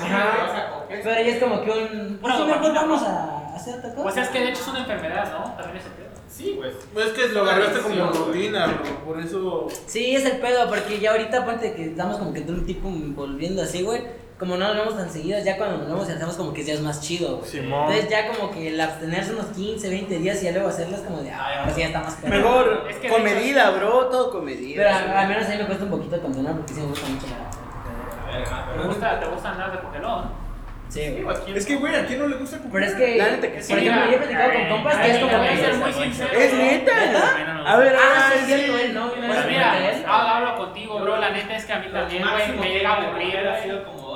C: Ajá. Pero ahí es como que un.
F: Una
C: Pues mejor
F: dopamina,
C: vamos a hacer otra
B: Pues
C: cosa.
F: O
G: Pues
F: sea, es que de hecho es una enfermedad, ¿no? También ese pedo.
M: Sí, pues.
O: Es que lo agarraste como rutina, bro. Por eso.
C: Sí, es el pedo, porque ya ahorita, aparte de que estamos como que todo un tipo volviendo así, güey. Como no nos vemos tan seguidas, ya cuando nos vemos y hacemos como que ya es más chido, güey.
O: Simón.
C: Entonces ya como que el abstenerse unos 15, 20 días y ya luego hacerlas como de, ay, ahora sí ya está más pedo.
G: Mejor
F: Es que
G: con
F: de hecho-
G: medida, bro, todo con
C: Pero
G: medida.
C: a- al menos a mí me cuesta un poquito contener porque sí me gusta mucho la...
M: A ver, ma,
F: ¿Te
M: Ah, pero-
F: gusta, te gustan las de Pokémon?
C: Sí, güey.
E: Es que, güey, ¿a quién no le gusta el
C: Pero es
E: cucurucho?
C: que.
E: La neta que sí.
C: Por ejemplo, yo he platicado con compas que es como.
B: Voy a ser muy sincero.
G: Es
B: bro.
G: neta. A ver,
C: Ah,
G: ah,
C: sí, es cierto, él no. yo no
B: Pues
C: sé
B: mira,
C: por qué él.
B: hablo, hablo contigo, bro. La neta es que a mí también, güey, me llega a aburrir.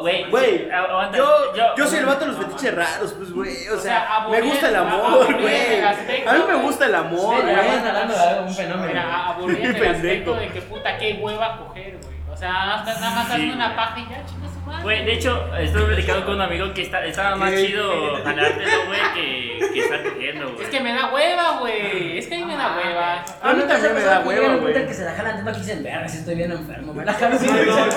F: Güey,
G: Güey,
F: aguanta.
G: Yo, yo soy el vato de los fetiches raros, pues, güey. O
B: O
G: sea,
B: sea,
G: me
B: aburrir-
G: gusta el amor,
B: aburrir
G: güey.
B: el aspecto,
G: A mí me
B: güey.
G: gusta el amor,
C: Pero
G: güey. ah,
C: estamos hablando de algo, un fenómeno.
B: Mira, aburrido en el
G: Pendejo.
B: aspecto de que puta, qué hueva coger, güey. O sea, nada más, nada más
F: Sí,
B: hazme una
F: güey.
B: paja y ya, chinga su madre.
F: Güey, de hecho, estuve platicando con un amigo que está- estaba más
E: Ey.
F: chido jalártelo, güey, que, que estar cogiendo, güey.
B: Es que me da hueva, güey. Es que a mí me da hueva.
G: A mí
C: ¿No te
G: también
C: has
G: me
C: pasado
G: da
C: que llega
G: hueva,
C: un punto en
G: güey.
C: que se la jalan, tú me dicen, verga, si estoy bien enfermo, me la jalo.
G: no,
C: No,
G: güey, la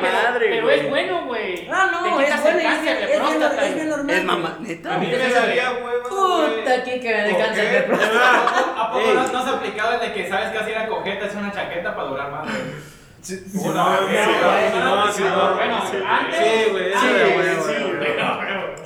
B: pero-
G: madre,
B: Pero
G: güey.
B: es bueno, güey.
C: Ah, No, no,
B: Te
C: es
B: quitas
C: bueno,
B: el cáncer de
C: es bien-
B: próstata,
C: es bien
B: güey.
C: normal.
G: Es mamá, neta.
E: A mí me daría hueva.
C: Puta, que que me dé cáncer de próstata.
L: Ah, ¿A poco
G: Ey.
L: no, no has aplicado el de que sabes que así la cojeta es una chaqueta para durar más, güey?
E: No,
L: Una,
E: no,
L: güey.
E: no, sí, no.
B: Bueno, antes.
E: Sí, güey,
G: Sí,
E: sí, güey,
G: sí,
E: sí, güey.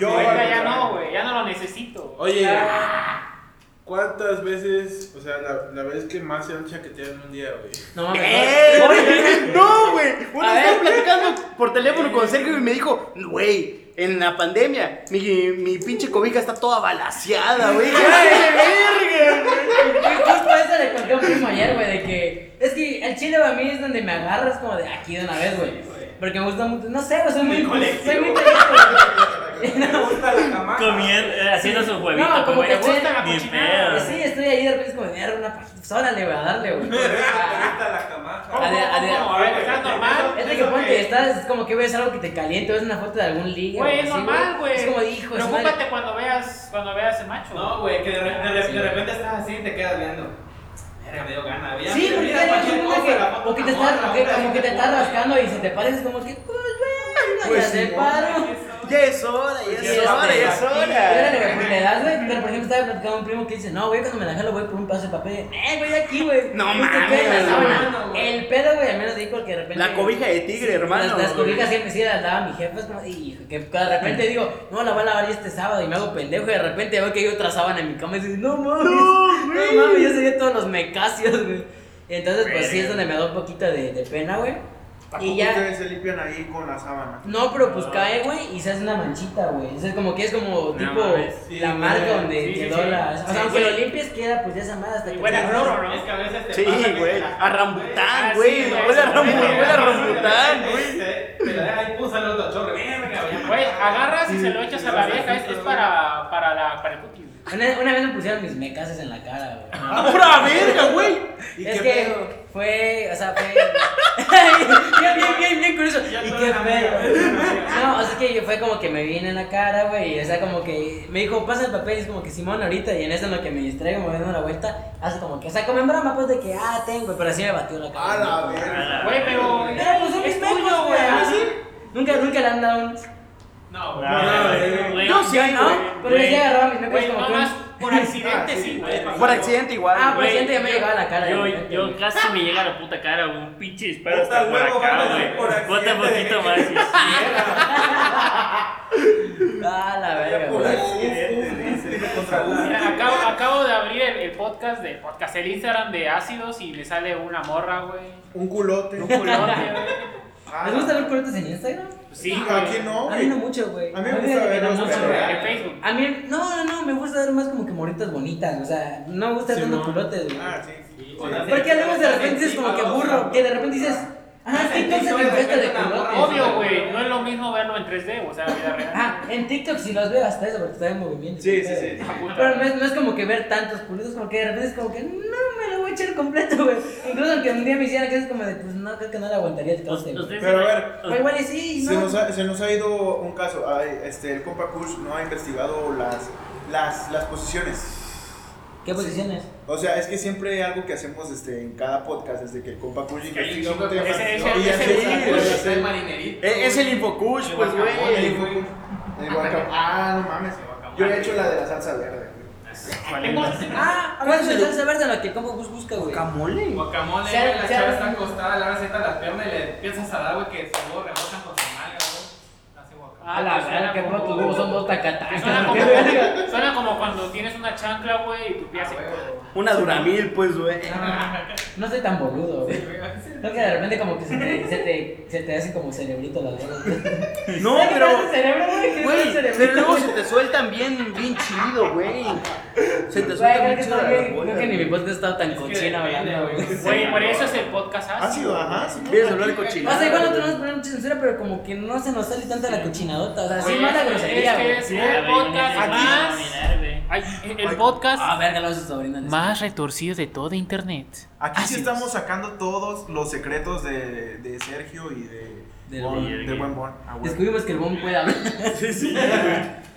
B: Yo
L: Yo-
B: ya no, güey. Ya no lo necesito.
L: Oye,
C: Ah.
L: ¿cuántas veces, o sea, la, la vez que más se han chaqueteado en un día, güey?
C: No
G: ¡Eh! güey! No, güey.
C: A
G: Una
C: ver.
G: vez estaba platicando por teléfono con Sergio y me dijo, güey, en la pandemia, mi, mi pinche cobija está toda balaseada, güey.
C: Güey, Justo eso le conté a un primo ayer, güey, de que. Es que el chile para mí es donde me agarras como de aquí de una vez, güey. Porque me gusta mucho. No sé, güey, soy muy. Soy muy inteligente. No,
F: Comiendo, eh, haciendo su huevito,
C: No, como
F: güey.
C: que sí.
F: Ni
C: Eh,
F: pedo.
C: Sí, estoy ahí de repente es como de "Verga, una pajita. Pues ahora le voy a darle, güey. A ver, a ver.
B: ¿Cómo? A ver, ¿estás normal?
C: Es de que ponte, estás es como que ves algo que te caliente, ves una foto de algún ligue.
B: Güey, es
C: o así,
B: normal, güey.
C: Es como de hijo, es madre.
B: Preocúpate cuando veas, cuando veas el macho.
L: No, güey, que de, re- de re- de repente estás así y te quedas viendo. Verga, me dio gana. ya
C: Sí,
L: me
C: porque
L: mira
C: hay
L: cualquier
C: alguna
L: cosa,
C: que,
L: la foto
C: o que te
L: de una
C: está,
L: morra,
C: que-
L: una
C: como que te está rascando y se te pareces como que, pues, bueno,
G: Pues
C: ya se
G: sí,
C: paro.
G: Ya es hora, ya
C: Y
G: es hora, ya es
C: Y ahora le-
G: hora.
C: pues, le das, güey, pero por ejemplo estaba platicando a un primo que dice, no, güey, cuando me la jalo voy por un paso de papel, eh, güey, aquí, güey.
G: No
C: Y te
G: mames,
C: queda en la sábana.
L: hermano, güey.
C: El pedo, güey, al menos dijo que de repente...
G: La cobija de tigre,
C: Sí,
G: hermano.
C: Las, las
G: güey.
C: cobijas que me sí las daba mi jefe, es como, hijo, que de repente digo, no, la voy a lavar ya este sábado y me hago pendejo y de repente veo que hay otra sábana en mi cama y dices, no mames, no, mames, yo sería todos los mecasios, güey. Entonces, pues sí es donde me da un poquito de, de pena, güey. Y ya,
E: Ustedes se limpian ahí con la sábana.
C: no, pero
B: Ah.
C: pues cae, güey, y se hace una manchita, güey. O sea, como que es como tipo
F: mames,
L: sí,
C: la
L: güey.
C: marca donde
B: Sí, sí,
C: quedó
B: sí.
C: la. O sea,
B: Sí,
C: aunque
B: sí.
C: lo limpies, queda pues ya esa madre hasta
B: Y
C: que.
B: huele a roro, ¿no?
L: Es que a veces te
G: Sí,
L: pasa que
G: güey.
L: te la-
G: A rambután,
L: Ah, sí,
G: güey. Huele a
B: eso,
G: rambután,
B: güey.
G: huele a rambután, güey.
L: Ah, Te te la deja ahí, pum, sale otro chorro. Verga,
B: Güey, agarras y se lo echas a la vieja. Es, es para, para, la, para el cookie, güey.
C: Una, una vez me pusieron mis mecases en la cara, güey.
G: ¡A pura verga, güey!
L: ¿Y
C: es
L: qué
C: que
L: pedo?
C: fue, o sea, fue. bien, bien, bien, bien curioso.
L: Ya
C: ¿Y
L: todo
C: qué
L: en la verga.
C: pedo? No, o sea, es que yo fue como que me vine en la cara, güey. y, O sea, como que me dijo, pasa el papel. Y es como que Simón, ahorita. Y en eso en lo que me distraigo, me voy dando la vuelta. Hace como que, o sea, como en broma, pues de que, ah, tengo. Pero así me batió la cara.
E: A la
C: güey.
E: verga.
B: Güey, pero.
C: Pero pues son mis
B: es tuyo,
C: mecos, güey.
B: güey.
C: Nunca, nunca le han dado un.
B: No, güey.
F: No, güey.
G: Yo sí,
C: No,
G: ¿no?
C: pero yo sí agarraba mis mecos
B: Güey,
C: como
B: no
C: que un-
B: más por accidente, sí, güey.
G: Por accidente igual.
C: Ah, por
G: güey.
C: accidente ya me llegaba la cara.
F: Yo,
C: güey.
F: yo casi me llega la puta cara, güey, un pinche disparo
E: Puta
F: hasta por
E: huevo,
F: acá,
E: güey, por
F: güey.
E: accidente.
F: Ponte poquito más. sí.
C: Ah, la verga,
E: Por
C: güey.
E: accidente, dice. Contra la-
B: Mira, Acabo, acabo de abrir el, el podcast de podcast, el Instagram de ácidos y le sale una morra, güey.
E: Un culote.
B: Un culote, güey. Pues
E: Ah,
C: ¿Les gusta ver culotes en Instagram?
B: Sí, güey.
E: ¿A quién no,
C: A mí
E: güey?
C: no mucho, güey.
E: A mí me gusta
C: fíjate que
E: ver
C: no
E: los
C: mucho,
E: culotes.
C: güey.
B: En Facebook.
C: A mí, no, no, no, me gusta ver más como que morritas bonitas, o sea, no me gusta ver tanto culotes, güey.
E: Ah, sí. sí.
C: Porque luego de repente dices como que burro, que de repente dices, ah, sí, entonces me gusta de culotes.
B: Obvio, güey. No es lo mismo verlo en 3D, o sea, en vida real.
C: Ah, en TikTok si los veo hasta eso porque está en movimiento.
E: Sí,
C: ¿sabes?
E: sí, sí.
C: Pero no es, no es como que ver tantos culitos, como que de repente es como que no me lo voy a echar completo, güey. Incluso aunque un día me hiciera que es como de, pues no, creo que no le aguantaría el trote,
F: Ustedes-
C: güey.
F: ustedes-
E: Pero a ver,
C: O igual y sí,
E: Se
C: no.
E: nos, ha, se nos ha ido un caso. Ay, este, el compa Kush no ha investigado las, las, las posiciones.
C: ¿Qué posiciones?
E: O sea, es que siempre hay algo que hacemos este, en cada podcast, desde que el compa Kush investiga un tema.
B: Ese- ese-
E: Y
B: ese-
E: así, este,
B: ese-
E: güey,
B: ese-
E: así.
G: E- Es el Infocush, pues,
E: El
G: güey.
E: guacamole. El guacamole. Ah, no mames. Yo he hecho la de la salsa verde. güey.
B: Tengo-
C: Ah, hablando de salsa verde, lo que el compa Gus busca, güey.
G: ¿Camole?
L: Guacamole,
C: Se-
L: güey, la
C: se-
L: chava está acostada, le abres esta las piernas y le empiezas a dar, güey, que su huevo rebotan con su nalga, güey. Hace guacamole.
C: A Ah, la verga, qué pro tu son dos tacatacas.
B: Suena como, suena como cuando tienes una chancla, güey, y tu pie se
G: Una duramil, pues, güey.
C: Ah. No soy tan boludo, güey. Creo que de repente como que se te, se te, se te hace como cerebrito la verga.
G: No,
C: ¿Sabes qué
G: pero.
C: me hace el cerebro, güey? ¿Qué me hace el
G: Güey,
C: cerebro?
G: pero luego se te sueltan bien, bien chido, güey. Se te
C: Güey,
G: sueltan
C: creo
G: bien
C: que está
G: chido. las
C: bien,
G: bolas,
C: creo que ni mi
G: güey.
C: podcast estaba tan cochina hablando, güey.
B: Güey, por eso es el podcast ácido.
E: Ácido,
B: Ah,
E: ajá. Ah, sí,
G: Vienes a hablar
C: O sea,
G: cochinadas,
C: igual no
G: güey.
C: tenemos que poner mucha censura, pero como que no se nos sale tanta la cochinadota. O sea, sí,
B: Güey,
C: más la
B: es-
C: grosería,
B: es que
C: güey.
B: es el podcast más. Ay, El podcast
C: Ah, verga, lo hace su sobrina.
K: Más retorcido de todo internet.
E: Aquí sí estamos sacando todos los secretos de, de Sergio y de
C: Del
E: Bon-
C: Bon.
E: del buen Bon. Ah, güey.
C: Descubrimos que el bomb puede hablar.
E: Sí, sí, güey.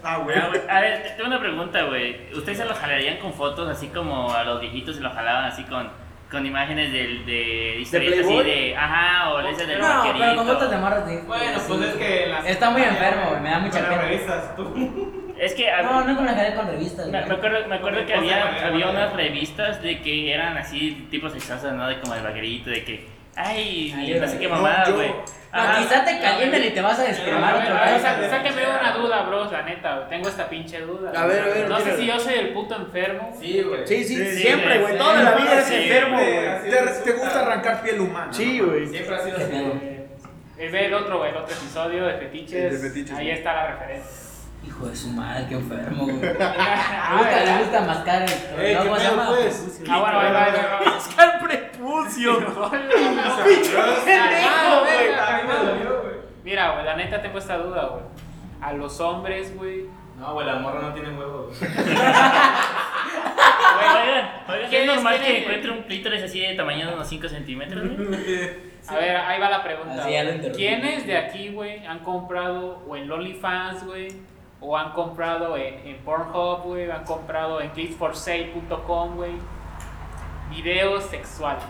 E: Ah, güey.
F: Ah, güey, A ver, te- tengo una pregunta, güey. ¿Ustedes se lo jalarían con fotos así como a los viejitos se lo jalaban así con, con imágenes del- de, historietas así
G: Playboy?
F: de. Ajá, o de esas del
C: No, pero
F: vaquerito?
C: con fotos de morras de.
N: Bueno,
C: sí.
N: pues es que las-
C: Está muy enfermo, güey, me da mucha
N: Pero
C: pena.
N: revisas tú.
F: Es que. a-
C: No, no con la cara con revistas,
F: Me, me
C: güey.
F: acuerdo, me acuerdo que
N: Cosas de
F: había,
N: manera
F: había
N: manera.
F: unas revistas de que eran así, tipo sexosas, ¿no? De como el vaquerito, de que, ay,
C: Ay,
F: no sé qué
C: no,
F: mamada,
E: yo-
F: güey.
C: No,
F: Ajá.
C: quizá te calientan y te vas a descremar
B: A ver, a
C: otra
B: ver,
C: vez.
B: sa- sáquenme una duda, bros, la neta. Tengo esta pinche duda.
G: A ver, a ver,
B: No sé
G: tírala.
B: si yo soy el puto enfermo.
N: Sí, güey.
G: Sí, sí,
E: Sí,
G: siempre,
F: sí,
G: güey.
F: sí.
G: Toda la vida eres
F: Sí,
G: enfermo, güey.
E: Te, te gusta arrancar piel humana.
G: Sí,
E: ¿no?
G: güey.
N: Siempre ha sido así.
B: Eh, Ve el otro, güey, el otro episodio de fetiches.
E: El de fetiches,
B: Ahí
E: güey.
B: está la referencia.
C: Hijo de su madre, qué enfermo, güey. Me
B: Ah,
C: gusta,
B: ¿verdad?
C: le gusta mascar el.
O: Ey,
C: no,
O: ¿qué
C: ¿cómo se
O: pedo,
C: llama?
O: pues?
C: Prepucio.
B: Ah, bueno, ahí va, ahí va, ahí va.
G: Al prepucio.
B: Cagado, güey,
N: A mí me
B: cagado.
N: dolió, güey.
B: Mira, güey, la neta tengo esta duda, güey. A los hombres, güey.
N: No, güey, la morra no tiene huevos. güey.
F: Güey, oigan, oigan,
B: ¿Qué
F: ¿es normal
B: es?
F: que encuentre un clítoris así de tamaño de unos 5 centímetros? güey?
B: A ver, ahí va la pregunta.
C: Así ya lo
B: güey.
C: interrumpí.
B: ¿Quiénes de aquí, güey, han comprado o en OnlyFans, güey? O han comprado en, en Pornhub, güey. Han comprado en clicksforsale.com, güey. Videos sexuales.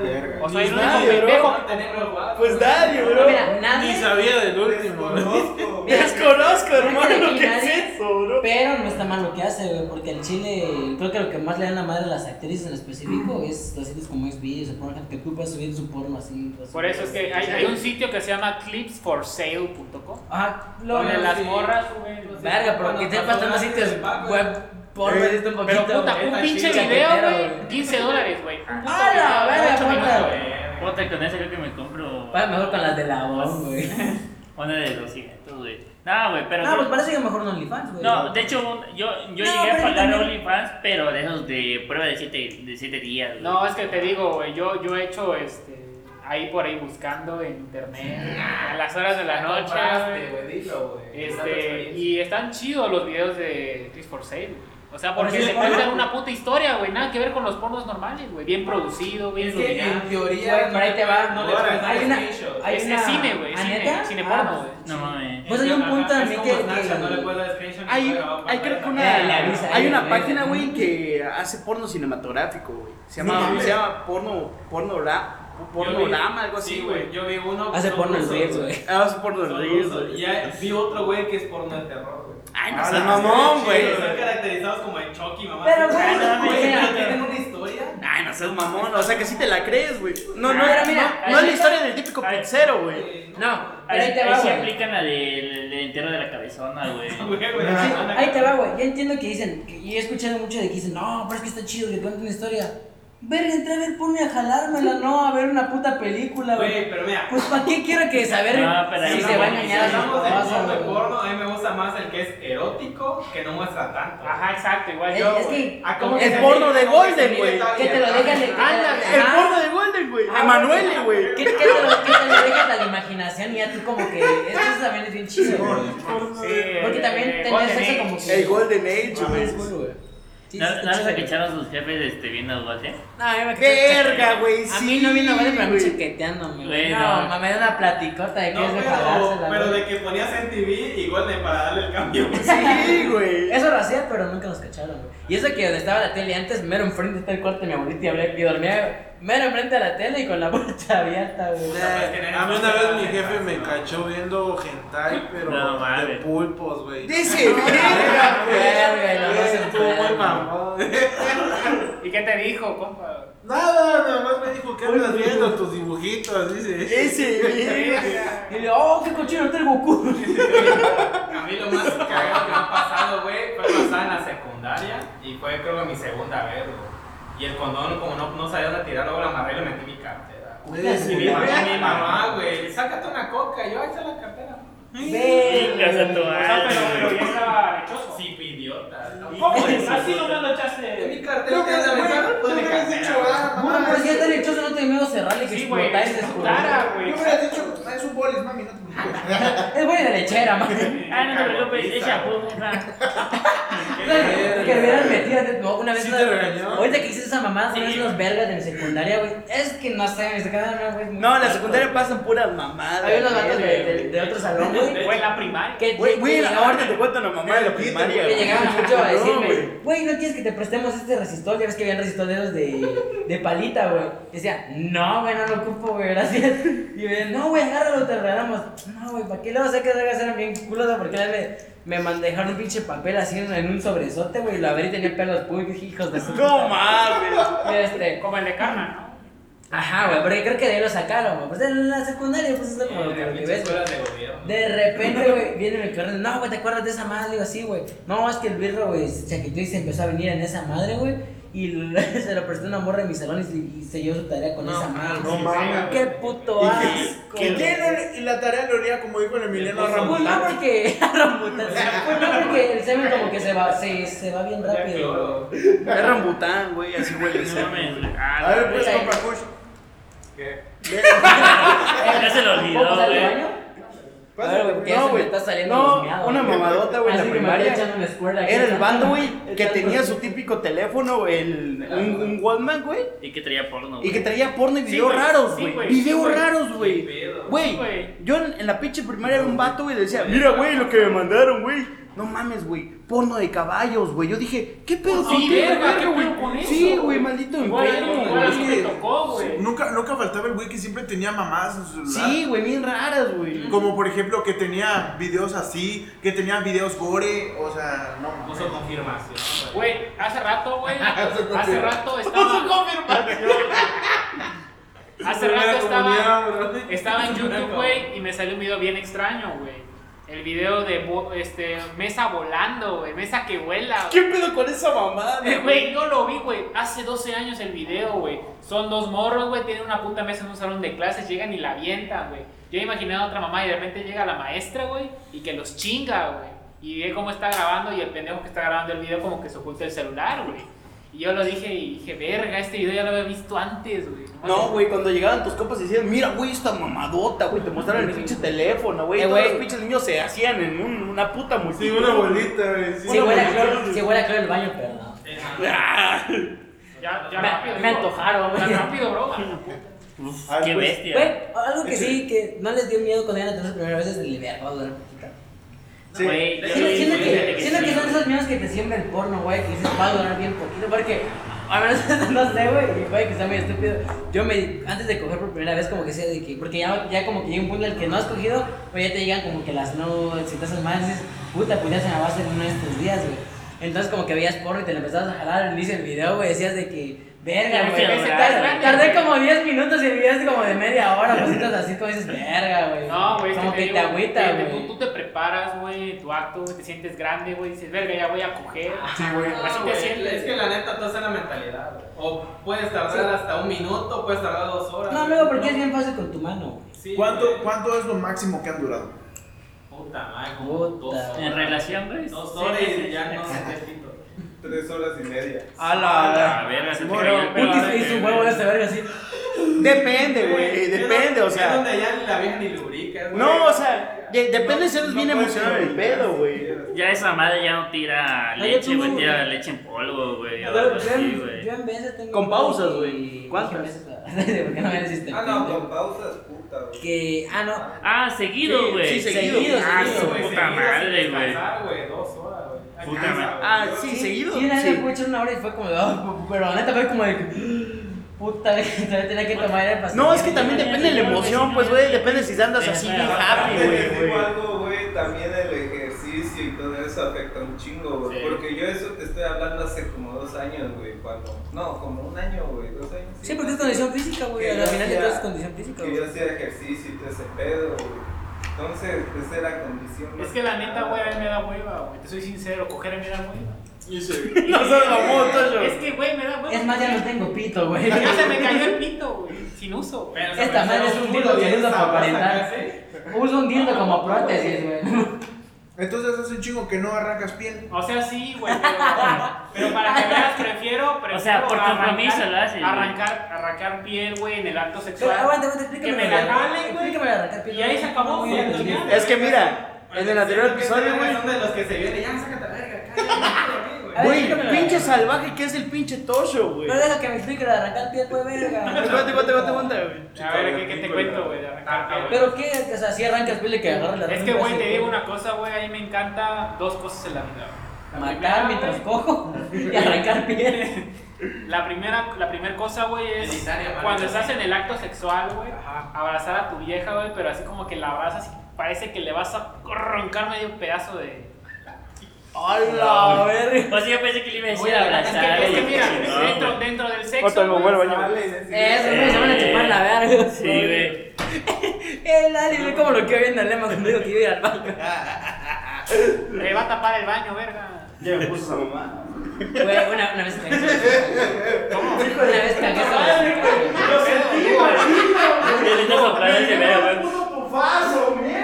E: Verga.
B: O sea, hay un
O: Nadie, bro.
B: pendejo.
G: Pues nadie,
C: Pero
G: bro.
C: mira, nadie.
O: Pues, Ni sabía del último, ¿no?
G: Desconozco, hermano,
C: Creo que
G: lo que es
C: nadie-
G: eso, bro.
C: Pero no está mal lo que hace, güey, porque al chile creo que lo que más le dan la madre a las actrices en específico es los sitios como Xvideos o Pornhub que tú puedes subir su porno así. pues, así.
B: Por eso es que hay, hay un sitio que se llama clipsforsale.com.
C: Ajá, lo
B: Donde las
C: sí.
B: morras, güey.
C: Verga, pero que sepas tantos sitios web porno existe un
B: Pero
C: poquito.
B: puta,
C: güey.
B: un
C: Está
B: pinche
C: chido,
B: video,
C: chaquetero,
B: güey. 15 dólares, güey. Un puto
C: ¡A la
B: video de
C: verga,
B: ocho
C: puta!
B: minutos, güey.
F: Puta, con esa creo que me compro
C: Va mejor con las de la ON, güey.
F: una de 200, güey. No, güey, pero...
C: Ah, pues parece que mejor no OnlyFans, güey.
F: No, de hecho, un- yo, yo
C: No,
F: llegué a
C: pero
F: pagar
C: también-
F: OnlyFans, pero de esos de prueba de 7 de siete días, güey.
B: No, es que te digo, güey, yo, yo he hecho este, ahí por ahí buscando en internet a las horas de la noche.
N: Compraste,
B: güey.
N: güey, dilo, güey. Esa es tu
B: Este,
N: experiencia.
B: y están chidos los videos de Chris for Sale, güey. O sea, porque
N: Pero sí,
B: te
N: porno.
B: cuentan una puta historia, güey. Nada que ver con los pornos normales, güey. Bien producido, bien
N: Es que en
B: iluminado.
N: teoría.
C: Güey, pero ahí te va.
N: No le
O: Ahora,
N: puedes dar
C: hay una-
N: screenshots.
C: hay
B: Es,
C: una-
B: es cine, güey.
C: ¿Ah,
B: Cine,
C: neta?
B: cine
C: Ah,
B: porno, güey.
F: No mames.
C: Pues hay un
N: Ajá,
C: punto
N: es
C: a mí
N: como
C: que-
N: Snapchat,
C: que-
N: no le puedes dar screenshot. y
G: Hay,
N: luego va a
G: hay creo
N: pagar.
G: que
C: Eh, le avisa,
G: una, hay
C: eh,
G: una
C: güey.
G: página, güey, que hace porno cinematográfico, güey. Se llama, se llama porno, porno, la,
N: Yo
G: porno
N: vi-
G: lama, algo así,
N: sí,
G: güey.
N: Yo vi uno.
C: Hace
N: son
C: porno el
N: rusos,
C: Reels, güey.
G: Ah, es porno
N: Son
G: reels,
N: rusos.
G: güey.
N: Y hay- vi otro, güey, que es porno de terror, güey.
G: Ay, no
E: Ah,
G: seas
E: la-
G: mamón,
N: Sí,
G: güey.
N: Están caracterizados como el Chucky, mamá.
C: Pero,
N: Sí,
C: güey,
N: no,
C: güey,
N: pero
C: mira.
N: tienen una historia.
G: Ay, no seas mamón. O sea, que sí te la crees, güey. No, no,
C: Pero mira,
G: no, no es la historia del típico
F: Ay.
G: pizzero, güey.
C: No,
F: Ahí,
C: pero ahí te
F: ahí
C: va,
F: sí
C: güey.
F: aplican la del del entierro de la cabezona, güey.
N: Güey, güey,
C: Sí,
N: van a-
C: ahí te va, güey. Yo entiendo que dicen, que- y he escuchado mucho de que dicen, no, pero es que está chido que cuenten una historia. Verga, entré a ver, pone a jalármela, no, a ver una puta película, güey.
N: Güey, pero mira.
C: Pues, ¿para qué quiero que saber
F: No, pero
C: si se
F: ahí no,
C: va a
F: güey,
C: engañar a
N: si
C: su
N: hablamos del
C: esposa,
N: porno, de
C: güey?
N: porno, a mí me gusta más el que es erótico, que no muestra tanto.
B: Ajá, exacto, igual
C: Es-
B: yo.
C: es
B: güey.
C: que-
N: Ah, como
G: El
N: que
G: porno
N: se-
G: de
N: como
G: Golden,
N: se
G: güey.
N: mira
C: Que te lo dejan de
B: Ándale.
G: Ah, El porno de Golden, güey.
C: Ah,
G: Emanuele, güey.
C: ¿Qué, qué te lo, qué te lo dejas a la imaginación y a tú como que esto también es bien chido, güey.
B: Sí,
C: Porque
B: eh,
C: también
B: Golden
C: tener
B: Age.
C: sexo como que...
G: El Golden Age,
C: Ah,
G: güey.
C: es cool, güey. Sí,
F: ¿No
C: sí, está
F: no les
C: chido.
F: acacharon sus jefes este, viendo Golden?
C: No, a mí me cacharon
G: Verga, güey.
C: A
G: sí,
C: mí no vino vale, pero a mí
G: güey.
C: chaqueteándome. güey.
F: Güey,
C: No,
F: no.
C: ma, me da una platicota de que
N: No,
C: es de
N: pero,
C: jalársela.
N: pero
C: güey.
N: de que ponías en TV y Golden para darle el cambio. güey.
G: Sí, güey.
C: Eso lo hacía, pero nunca nos cacharon, güey. Y eso que donde estaba la tele antes, mero enfrente está el cuarto de mi abuelita y, hablé, y dormía mero enfrente de la tele y con la puerta abierta, güey.
O: A mí una vez mi jefe me cachó viendo hentai, pero
F: No,
O: de
F: mames.
O: pulpos, güey.
G: Dice, verga, güey.
C: Verga, no, no se
O: Estuvo
C: puede,
O: muy
C: güey.
O: mamón.
B: ¿Y qué te dijo, compa?
O: Nada, nada más me dijo que andas viendo tus dibujitos, dice.
G: Ese, mira.
C: Y le, oh, qué cochino está el Goku.
M: A mí lo más cagado que me ha pasado, güey, fue cuando estaba en la secundaria y fue creo que mi segunda vez, güey. Y el condón, como no, no sabía dónde tirarlo, lo amarré y lo metí en mi cartera. Y mi mamá, mi mamá, güey, sácate una coca. Y yo, ahí está la cartera.
F: Venga,
M: O sea, pero, pero ya estaba hechoso. Sí, fui idiota. Tampoco es
B: Así nomás lo
M: En
B: echaste.
M: mi cartera te has aventado,
O: Tú
M: en
O: me
M: mi
O: habías
M: cartera.
O: dicho, ah,
C: No,
O: mamá,
C: pues ya está lechoso, no te miedo cerrarle que
B: Sí, güey,
C: explota ese
B: explotara, güey.
O: Yo hubiera dicho, es un bolis, mami, no te preocupes.
C: Es buena lechera, man.
F: Ah, no te preocupes, es shampoo, jefa.
C: Que me hubieran metido antes, no, una vez.
O: ¿Sí
C: una-
O: te regañó?
C: Ahorita que hiciste esa mamá, son unos vergas de mi secundaria, güey. Es que no sé, me sacaban una, güey. muy
G: No, en la
C: tonto.
G: secundaria pasan puras mamadas.
C: Había unos vatos de,
G: güey.
C: de- de otro salón, güey.
B: Fue en la primaria.
C: Que,
G: Güey,
C: que
G: güey,
C: llegaban-
G: ahorita te cuento la mamá de la primaria.
C: Que
G: güey.
C: llegaban mucho a
G: No,
C: decirme,
G: güey.
C: güey, no quieres que te prestemos este resistor. Ya ves que habían resistores de, de palita, güey. Y Decía, no, güey, no lo ocupo, güey, gracias. Y me decían, no, güey, agárralo, te regalamos. No, güey, ¿para qué luego sé que las eran bien culos? Porque una vez me, me mandaron un pinche papel así en, en un sobresote, güey. y Lo abrí y tenía pelos públicos, hijos de su.
G: No mames.
C: Y Este,
B: Como el de Carna,
C: ajá, güey, porque creo que de ahí lo sacaron, güey. Pues en la secundaria, pues eso es como lo
M: En
C: que
M: mis
C: ves, güey.
M: escuelas de gobierno.
C: De repente, güey, viene mi carnal, no, güey, ¿te acuerdas de esa madre? Le digo, sí, güey. No, es que el birro, güey, se chaquetó y se empezó a venir en esa madre, güey. Y le- se lo prestó una morra en mi salón y se, y se llevó su tarea con esa madre.
O: no mames.
C: ¡Qué puto asco!
O: ¿Qué tiene? Y la tarea le olía como dijo el Emiliano
C: Pues
O: Ramos.
C: no, porque... Rambutan, sí. Pues no, porque el semen como que se va, se, se va bien
M: Ya
C: rápido.
M: cloro.
G: Es rambután, güey, así huele.
F: No mames.
E: A ver,
F: Ah,
E: pues,
C: Mira,
E: compa Kush. ¿Qué?
F: Ya se lo olvidó,
C: ¿Puedo pasar al
F: güey.
C: baño? A ver, güey, ¿qué
G: No,
C: se me
G: güey.
C: está saliendo
G: No,
C: husmeado,
G: una
C: güey?
G: mamadota, güey, en
C: Así
G: la
C: que me está
G: primaria.
C: echando una escuela aquí.
G: Era el bando, güey, que tenía su típico teléfono, güey, el, un, un Walkman, güey,
F: Y que traía porno,
G: y
F: güey.
G: que traía porno y
B: Sí,
G: videos
B: güey,
G: raros,
B: sí,
G: güey.
B: güey, sí,
G: videos
B: güey.
G: raros, güey.
M: pedo.
B: Sí,
G: Güey,
B: güey.
G: yo en en la pinche primaria era un vato, güey, decía, mira, güey, lo que me mandaron, güey. No mames, güey, porno de caballos, güey. Yo dije, ¿qué pedo
B: Pues, Sí,
G: qué
B: verga, ¿qué
G: verga,
B: pedo con eso,
G: Sí, güey,
B: güey?
G: maldito
B: ¿no? Igual,
G: enfermo,
B: igual a
G: güey.
B: mí me tocó, güey.
E: Nunca, nunca faltaba el güey que siempre tenía mamás en su celular.
G: Sí, güey, bien raras, güey.
E: Como por ejemplo que tenía videos así, que tenía videos gore, o sea, no. mames.
M: Puso confirmación. güey.
B: Güey, hace rato, güey. hace rato estaba. Hace rato estaba. Estaba en YouTube, güey, y me salió un video bien extraño, güey. El video de bo- este, mesa volando, güey. Mesa que vuela.
G: ¿Qué pedo con esa mamada,
B: Eh, Güey, yo lo vi, güey. Hace 12 años el video, güey. Son dos morros, güey. Tienen una puta mesa en un salón de clases. Llegan y la avientan, güey. Yo imaginaba a otra mamá y de repente llega la maestra, güey. Y que los chinga, güey. Y ve cómo está grabando y el pendejo que está grabando el video como que se oculta el celular, güey. Y yo lo dije y dije, verga, este video ya lo había visto antes, güey.
G: No,
B: mames.
G: güey, cuando llegaban tus copas y decían, mira, güey, esta mamadota, güey, te mostraron el pinche teléfono, güey.
C: Eh,
G: y todos
C: güey.
G: los pinches niños se hacían en un- una puta multitud.
O: Sí, una bolita, güey.
C: Si huele a cloro, si huele a cloro el baño, perdón.
G: Ah,
B: Ya, ya rápido,
C: Me, me
B: bro.
C: antojaron, güey.
B: Tan rápido, bro.
F: Uf,
E: Ah,
F: qué
E: pues,
C: Güey,
F: bestia.
C: algo que sí, que no les dio miedo cuando iban a tener sus primeras veces, le vergó durar un poquito.
E: Sí.
F: Güey, yo
C: Siento,
F: sí,
C: siento
F: güey, fíjate
C: que, siento que
F: sí.
C: son esos miedos que te siembra el porno, güey, que dices, va a durar bien poquito, porque, a menos, no sé, güey, y puede que sea muy estúpido. Yo me, antes de coger por primera vez, como que sé de que, porque ya, ya como que llega un punto en el que no has cogido, pues ya te llegan como que las no exitosas más, y dices, puta, pues ya se me va a hacer uno de estos días, güey. Entonces, como que veías porno y te lo empezabas a jalar al inicio del video, güey, decías de que, verga,
F: Ya
C: güey,
F: se
C: tar-
F: abraza,
C: tardé
F: güey.
C: como 10 minutos y el video es como de media hora, cositas así, como dices, verga, güey.
B: No, güey. es
C: Como que te
B: digo,
C: agüita,
B: que
C: güey.
B: Tú, tú te preparas, güey, tu acto, güey, te sientes grande, güey, dices, verga, ya voy a coger.
C: Ah,
O: Sí, güey.
B: Así
M: No,
B: te
M: güey,
B: sientes.
M: Es que la neta, todo es la mentalidad. güey. O puedes tardar hasta un minuto, puedes tardar dos horas.
C: No,
M: güey.
C: luego porque es bien fácil con tu mano, güey.
M: Sí,
E: ¿Cuánto,
M: güey.
E: ¿Cuánto es lo máximo que han durado?
M: Puta madre, como
C: Puta.
M: dos horas.
F: En relación, güey.
M: Dos
F: sí,
M: horas
F: sí,
M: y
F: sí.
M: ya no te quito.
L: Tres horas y media.
G: A la.
F: A ver, Ah, se te
G: Ah, Bueno,
F: cayó el pelo,
C: Puti
F: a
C: se
F: ver,
C: hizo
G: eh,
C: un
F: güey.
C: huevo de este verga así.
G: Depende, güey, depende, o
M: Es
G: sea.
M: donde ya ni la vieja ni lubrica. güey.
G: No, o sea, de- depende si eres
L: No
G: bien
L: puedes
G: emocionado el
L: lubricar
G: pedo,
L: si
G: güey.
L: quieres.
F: Ya esa madre ya no tira
C: No, ya
F: leche,
C: tú,
F: güey,
C: güey.
F: tira leche en polvo, güey. o
C: Yo-
F: algo
C: yo
F: así,
C: en-
F: güey.
C: Yo en veces tengo.
G: Con pausas, güey. ¿Cuántas?
C: ¿Cuántas? ¿Por qué no me resiste?
L: Ah, no, con pausas, puta, güey.
C: Que. Ah, no.
F: Ah, seguido, güey.
G: sí,
C: seguido,
F: Ah,
C: seguido,
F: su
M: Güey,
F: puta
M: seguido,
F: madre,
M: sin
F: güey.
M: descansar, güey. Dos horas, güey. Ay,
F: Puta
M: cansa,
F: madre.
M: güey.
G: Ah, sí, seguido.
C: Sí, una vez me
G: Sí.
C: fui a echar una hora y fue como de. "Ah", Pero la neta fue como de. que, Puta, güey, todavía tenía que tomar el pastel.
G: No, es que también depende de la emoción, pues, güey. Depende si andas así bien happy,
L: Aparte,
G: güey.
L: les digo algo, güey, también el ejercicio, vicio y todo eso afecta un chingo, güey.
N: Sí.
L: Porque yo eso te estoy hablando hace como dos años, güey. Cuando. No, como un año, güey. Dos años.
C: Sí, porque es condición física, güey,
L: Que
C: al
L: yo
C: final de
L: hacía-
C: todo es condición física,
L: Que
C: güey.
L: yo hacía ejercicio y todo ese pedo, güey. Entonces, esa era condición.
B: Es que la neta, güey, a mí me da hueva, güey. Te soy sincero, coger a mí me da hueva.
L: No seas mamón, Toño.
B: Es que, güey, me da hueva.
C: Es más, ya no tengo pito, güey.
B: Ya se me cayó el pito, güey. Sin uso. Pero,
C: Esta madre es un dildo que usa para aparentar.
G: ¿eh?
C: Usa un dildo como prótesis, güey.
E: Entonces hace un chingo que no arrancas piel.
B: O sea, sí, güey, pero, pero para que veas, prefiero, prefiero
F: O sea, por
B: arrancar-
F: compromiso lo haces, güey.
B: Arrancar, arrancar piel, güey, en el acto sexual.
C: Pero aguanta, aguanta,
B: que
C: explícame.
B: me la jalen, güey.
C: Explícame la arrancar piel.
B: Y ahí se acabó, güey.
G: Es que mira, en el anterior episodio, güey.
N: Son de los que se vienen, ya, sácate la verga,
C: A ver, explícame
G: Güey,
C: la
G: pinche
C: arrancar-
G: salvaje que es el pinche Tocho, güey.
C: Pero deja que me explique la arrancar piel, pues, verga.
G: Aguanta, aguanta, aguanta, aguanta, güey.
B: A ver, ¿qué, qué te cuento, güey? de
M: Ah,
B: arrancar piel?
C: Pero qué, o sea, si arrancas piel y que agarras la
B: Es que, güey, te digo una cosa, güey, a mí me encanta dos cosas en la vida. güey. La primera,
C: Matar mientras
B: güey,
C: cojo y arrancar piel.
B: La primera, la primera cosa, güey, es
N: Elitaria, para
B: cuando
N: mí.
B: estás en el acto sexual, güey, abrazar a tu vieja, güey, pero así como que la abrazas y parece que le vas a arrancar medio pedazo de...
G: ¡Hala,
F: O
G: verga!
F: sea, Pues yo pensé que le iba a decir
B: Oye, es
F: abrazar.
B: que, es que
F: y-
B: mira,
F: no, pues,
B: dentro,
F: güey.
B: dentro del sexo,
G: Otro,
B: güey,
G: güey, bueno, baño.
C: Eso, güey, se van a chupar la verga.
F: Sí, güey.
C: El Ali, ve cómo lo que viendo el lema cuando digo que iba a ir al baño.
B: le va a tapar el baño, verga.
G: Ya me puso esa mamá.
C: Güey, una, una vez cagué sobre- Una vez cagué sobre
F: Yo le tengo que parar ese verga, güey.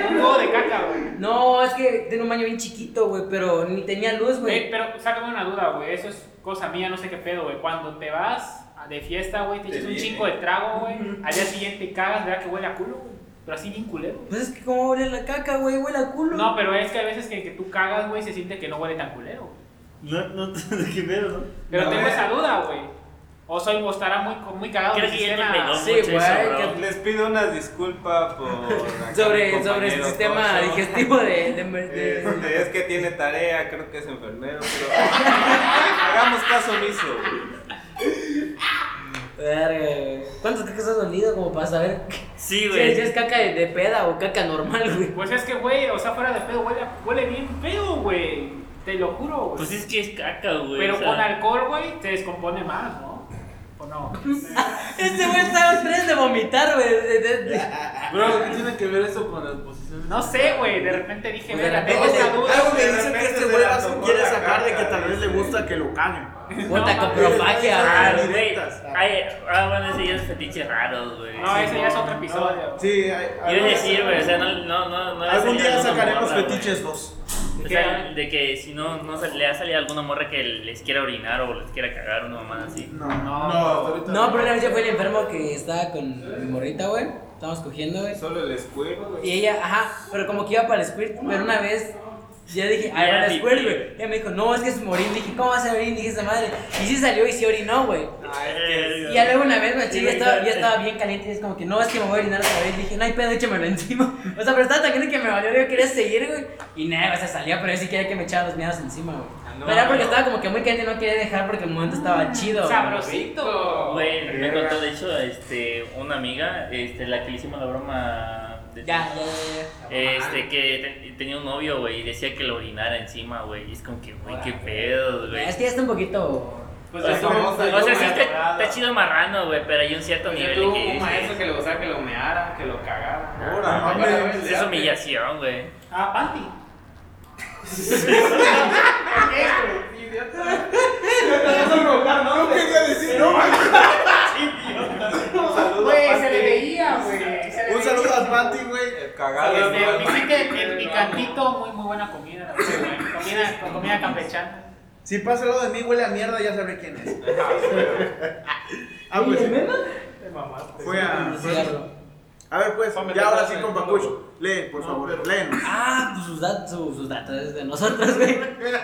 B: Un juego de caca, güey.
C: No, es que tenía un baño bien chiquito, güey, pero ni tenía luz,
B: Güey,
C: güey.
B: Eh, pero sácame una duda, güey, eso es cosa mía, no sé qué pedo, güey. Cuando te vas de fiesta, güey, te echas un chingo de trago, güey, al día siguiente cagas, ¿verdad que huele a culo, güey? Pero así bien culero, güey.
C: Pues es que como huele la caca, güey, huele a culo.
B: No, pero es que a veces que, que tú cagas, güey, se siente que no huele tan culero. güey.
E: No, no, qué pedo, ¿no?
B: Pero
E: No,
B: tengo
E: güey.
B: esa duda, güey. O soy, o estará muy, muy cagado
F: Creo
B: mi
F: que ya te
B: sistema.
F: pegó
C: Sí,
F: mucho
C: güey,
F: eso,
C: que-
F: bro.
L: Les pido una disculpa por. acá mi
C: Sobre,
L: compañero
C: sobre el sistema
L: Tocho.
C: digestivo de... de, de-
L: Este, es que tiene tarea, creo que es enfermero, pero. Hagamos caso omiso.
C: Verga, güey. ¿Cuántas cacas has olido como para saber si
F: Sí,
C: es, si
F: güey.
C: es caca de, de peda o caca normal, güey?
B: Pues es que, güey, o sea, fuera de pedo, huele, huele bien feo, güey. Te lo juro, güey.
F: Pues es que es caca, güey.
B: Pero
F: o sea.
B: con alcohol, güey, te descompone más, ¿no? ¿O no?
C: Este güey estaba en tres de vomitar, güey. de- de- de-
O: Bro, ¿qué tiene que ver eso con las posiciones?
B: No sé, güey, de repente dije,
C: Pues de
B: verga, tengo
C: repente-
B: esta duda.
E: Algo me
L: De
E: dice que
L: repente
E: este
L: se
E: güey
L: la
E: vas-
L: tomó
E: quiere
L: la
E: sacar de
L: caca,
E: que tal vez le
L: sí.
E: gusta que lo caguen.
C: Puta coprofagia,
F: Ah,
E: Las
F: güey.
E: directas.
F: Ay, ah, bueno, ese ya es fetiche raro, güey.
B: No, ese ya es otro episodio.
E: Sí,
F: Yo iba a decir, güey, o sea, no, no, no. no le
E: Algún
F: salía
E: día
F: alguna
E: sacaremos
F: morra, güey.
E: fetiches dos.
F: O sea, de que si no, no se- le ha salido alguna morra que les quiera orinar o les quiera cagar una mamada así.
E: No,
B: No.
O: hasta ahorita
C: No, pero una vez yo fui el enfermo que estaba con mi morrita, güey. Estábamos cogiendo, güey.
L: Solo el escuero, güey.
C: Y ella, ajá, pero como que iba para el squirt, pero una vez ya dije, ah, era el squirt, güey. Ella me dijo, no, es que es morir. Dije, ¿cómo vas a morir? Dije, esa madre. Y sí salió y sí orinó, güey. Y ya luego una vez me eché, ya estaba, ya estaba bien caliente y es como que, no, es que me voy a orinar otra vez. Dije, no hay pedo, échamelo encima. O sea, pero estaba tan caliente que me valió, yo quería seguir, güey. Y nada, se salía, pero yo sí quería que me echara los miedos encima, güey.
M: Ah,
L: no,
C: pero era porque
L: no.
C: estaba como que muy caliente y no quería dejar porque el momento estaba chido. güey.
B: Sabrosito.
F: Güey, me contó de hecho este, una amiga, este, la que le hicimos la broma. De
C: Ya, ya, ya, ya.
F: Este, que te- tenía un novio, güey, y decía que lo orinara encima, güey. Y es como que, güey, qué pedo, güey.
C: Es que ya está un poquito.
F: O
M: Pues
F: sea,
M: es como
F: o sea, sí está, está chido marrano, güey, pero hay un cierto
M: Pues yo
F: nivel
M: tuve
F: de que
M: un maestro
F: dices,
M: que le gustaba que lo meara, que lo cagara.
E: Ahora,
M: Ah,
E: hombre,
M: güey,
F: es
M: ya,
F: humillación, güey.
B: Ah, Panty.
M: güey, idiota.
O: No quería decir, no, man.
L: Un saludo
B: Güey,
L: a
B: se le
L: Pati.
B: veía, güey. se le
E: Un saludo
B: veía.
E: a Patty, güey.
L: El cagado.
B: Este, visite el picantito, muy, muy buena comida. güey. Comida, comida campechana.
E: Si pasa al lado de mí huele a mierda, ya sabré quién es. Ah,
C: ¿Y
E: pues.
C: el meme?
M: Te mamaste.
E: Fue a.
C: Ah,
M: Pues,
C: Sí,
E: fue-
C: claro.
E: A ver, pues,
M: Fue a
E: ya ahora
M: meterse
E: sí
M: en
E: con
M: el
E: Pacucho.
M: culo.
E: Leen, por
M: No,
E: favor,
M: pero-
E: leen.
C: Ah, pues sus datos, sus, sus datos es de nosotros, güey.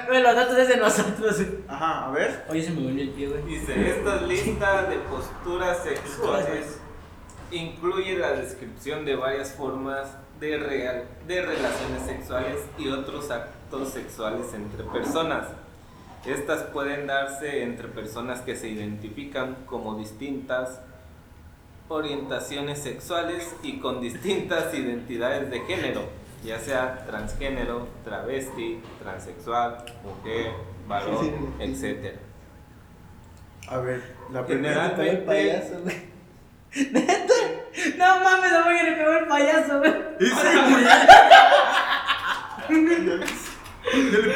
C: Güey, los datos es de nosotros. güey.
E: Ajá, a ver.
C: Oye, se me volvió el pie, güey.
L: Dice, esta lista de posturas sexuales incluye la descripción de varias formas de, real- de relaciones sexuales y otros actos sexuales entre personas. Estas pueden darse entre personas que se identifican como distintas orientaciones sexuales y con distintas identidades de género. ya sea transgénero, travesti, transexual, mujer, varón, etc.
E: A ver, la primera.
L: Generalmente,
C: No mames, no voy a le pegó el payaso, güey.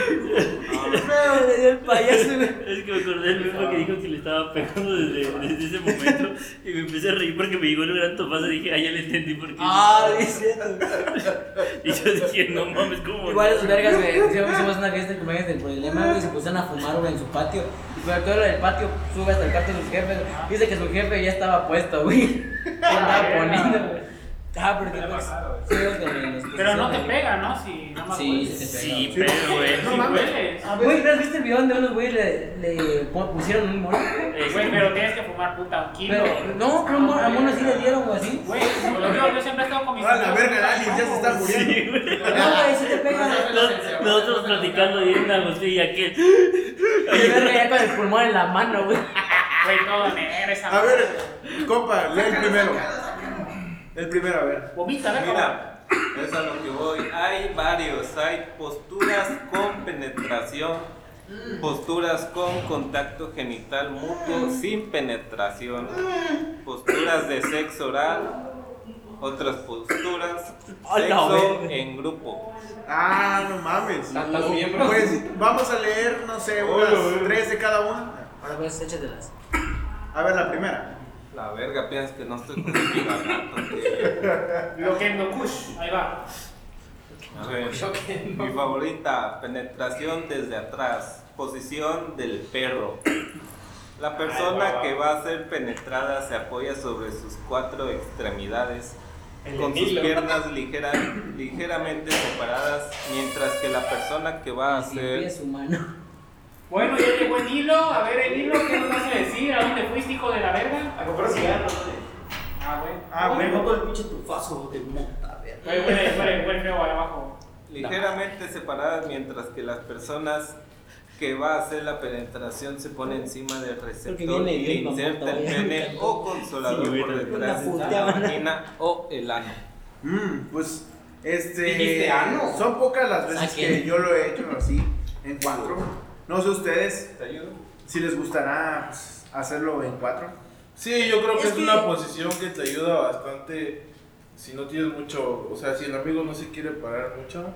C: No, le dio el payaso, güey.
F: Es que me acordé del mismo que dijo que le estaba pegando desde, desde ese momento y me empecé a reír porque me llegó el gran topazo y dije, ah, ya le entendí por qué.
C: Ah, diciendo.
F: Y yo dije, no mames, ¿cómo?
C: Igual los vergas, güey. Hicimos hicimos una fiesta de cumpleaños del problema, güey. y Se pusieron a fumar, güey, en su patio. Y cuando todo lo del patio sube hasta el cuarto de sus jefes. Dice que su jefe ya estaba puesto, güey. Ya andaba poniendo, güey. Ah, porque pues, sí, los de los que
B: Pero
C: se
B: no te
C: hacen,
B: pega, ¿no? Si nada más
C: Sí,
B: hueles.
F: Sí, pero, güey.
B: No mames.
C: Güey, ¿no has visto el video donde unos güeyes le, le pon- pusieron un mono?
F: Este,
B: Güey, pero tienes que fumar puta un kilo. Ah,
C: Pero, no, pero a mono- a mono sí le dieron, güey, así.
B: Güey, yo, yo siempre he estado con mis
E: A la verga, Alice ya se está muriendo.
C: No, güey, sí te pega.
F: Nos- Nosotros platicando y una Agustín y aquel.
C: Oye, verga, ya con el pulmón en la mano, güey.
B: Ah, Güey, todo negro esa
E: A ver, compa, lee el primero. El primero, a ver.
B: Vomita, ¿verdad?
L: Mira, es a lo que voy. Hay varios, hay posturas con penetración, posturas con contacto genital mutuo sin penetración, posturas de sexo oral, otras posturas,
C: A la
L: sexo
C: verga.
L: en grupo.
E: Ah, no mames.
M: Tantas miembros.
E: Pues vamos a leer, no sé, unas tres de cada una.
C: Ahora, pues, échatelas.
E: A ver, la primera.
L: La verga, piensas que no estoy con el gigante.
B: Lo que no kush, ahí va.
L: A ver, Mi favorita, penetración desde atrás, posición del perro. La persona que va a ser penetrada se apoya sobre sus cuatro extremidades, con sus piernas ligera- ligeramente separadas, mientras que la persona que va a
C: Limpia
L: ser...
C: su mano.
B: Bueno, ya llegó el hilo. A ver, el hilo, ¿qué nos vas a decir? ¿A dónde fuiste, hijo de la verga? A comprar cigarros. Ah, güey.
E: Ah, bueno.
G: con el pinche tufazo de monta, verga.
B: Güey, huele, huele, huele feo ahí abajo.
L: ligeramente separadas mientras que las personas que va a hacer la penetración se pone encima del receptor
C: viene
L: y le
C: bien, mamá,
L: inserta el
C: todavía.
L: pene o consolador
F: Sí,
L: por
F: güey,
L: detrás de
C: una
L: la
C: puta madre.
L: vagina o el ano.
E: Mm, pues, este.
M: ¿Dijiste ano?
E: Son pocas las veces
C: Saquen.
E: que yo lo he hecho así, en cuatro. No sé ustedes
L: ¿Te ayudo?
E: si les gustará pues, hacerlo en cuatro.
O: Sí, yo creo que
C: Es
O: es,
C: que-
O: una posición que te ayuda bastante si no tienes mucho, o sea, si el amigo no se quiere parar mucho.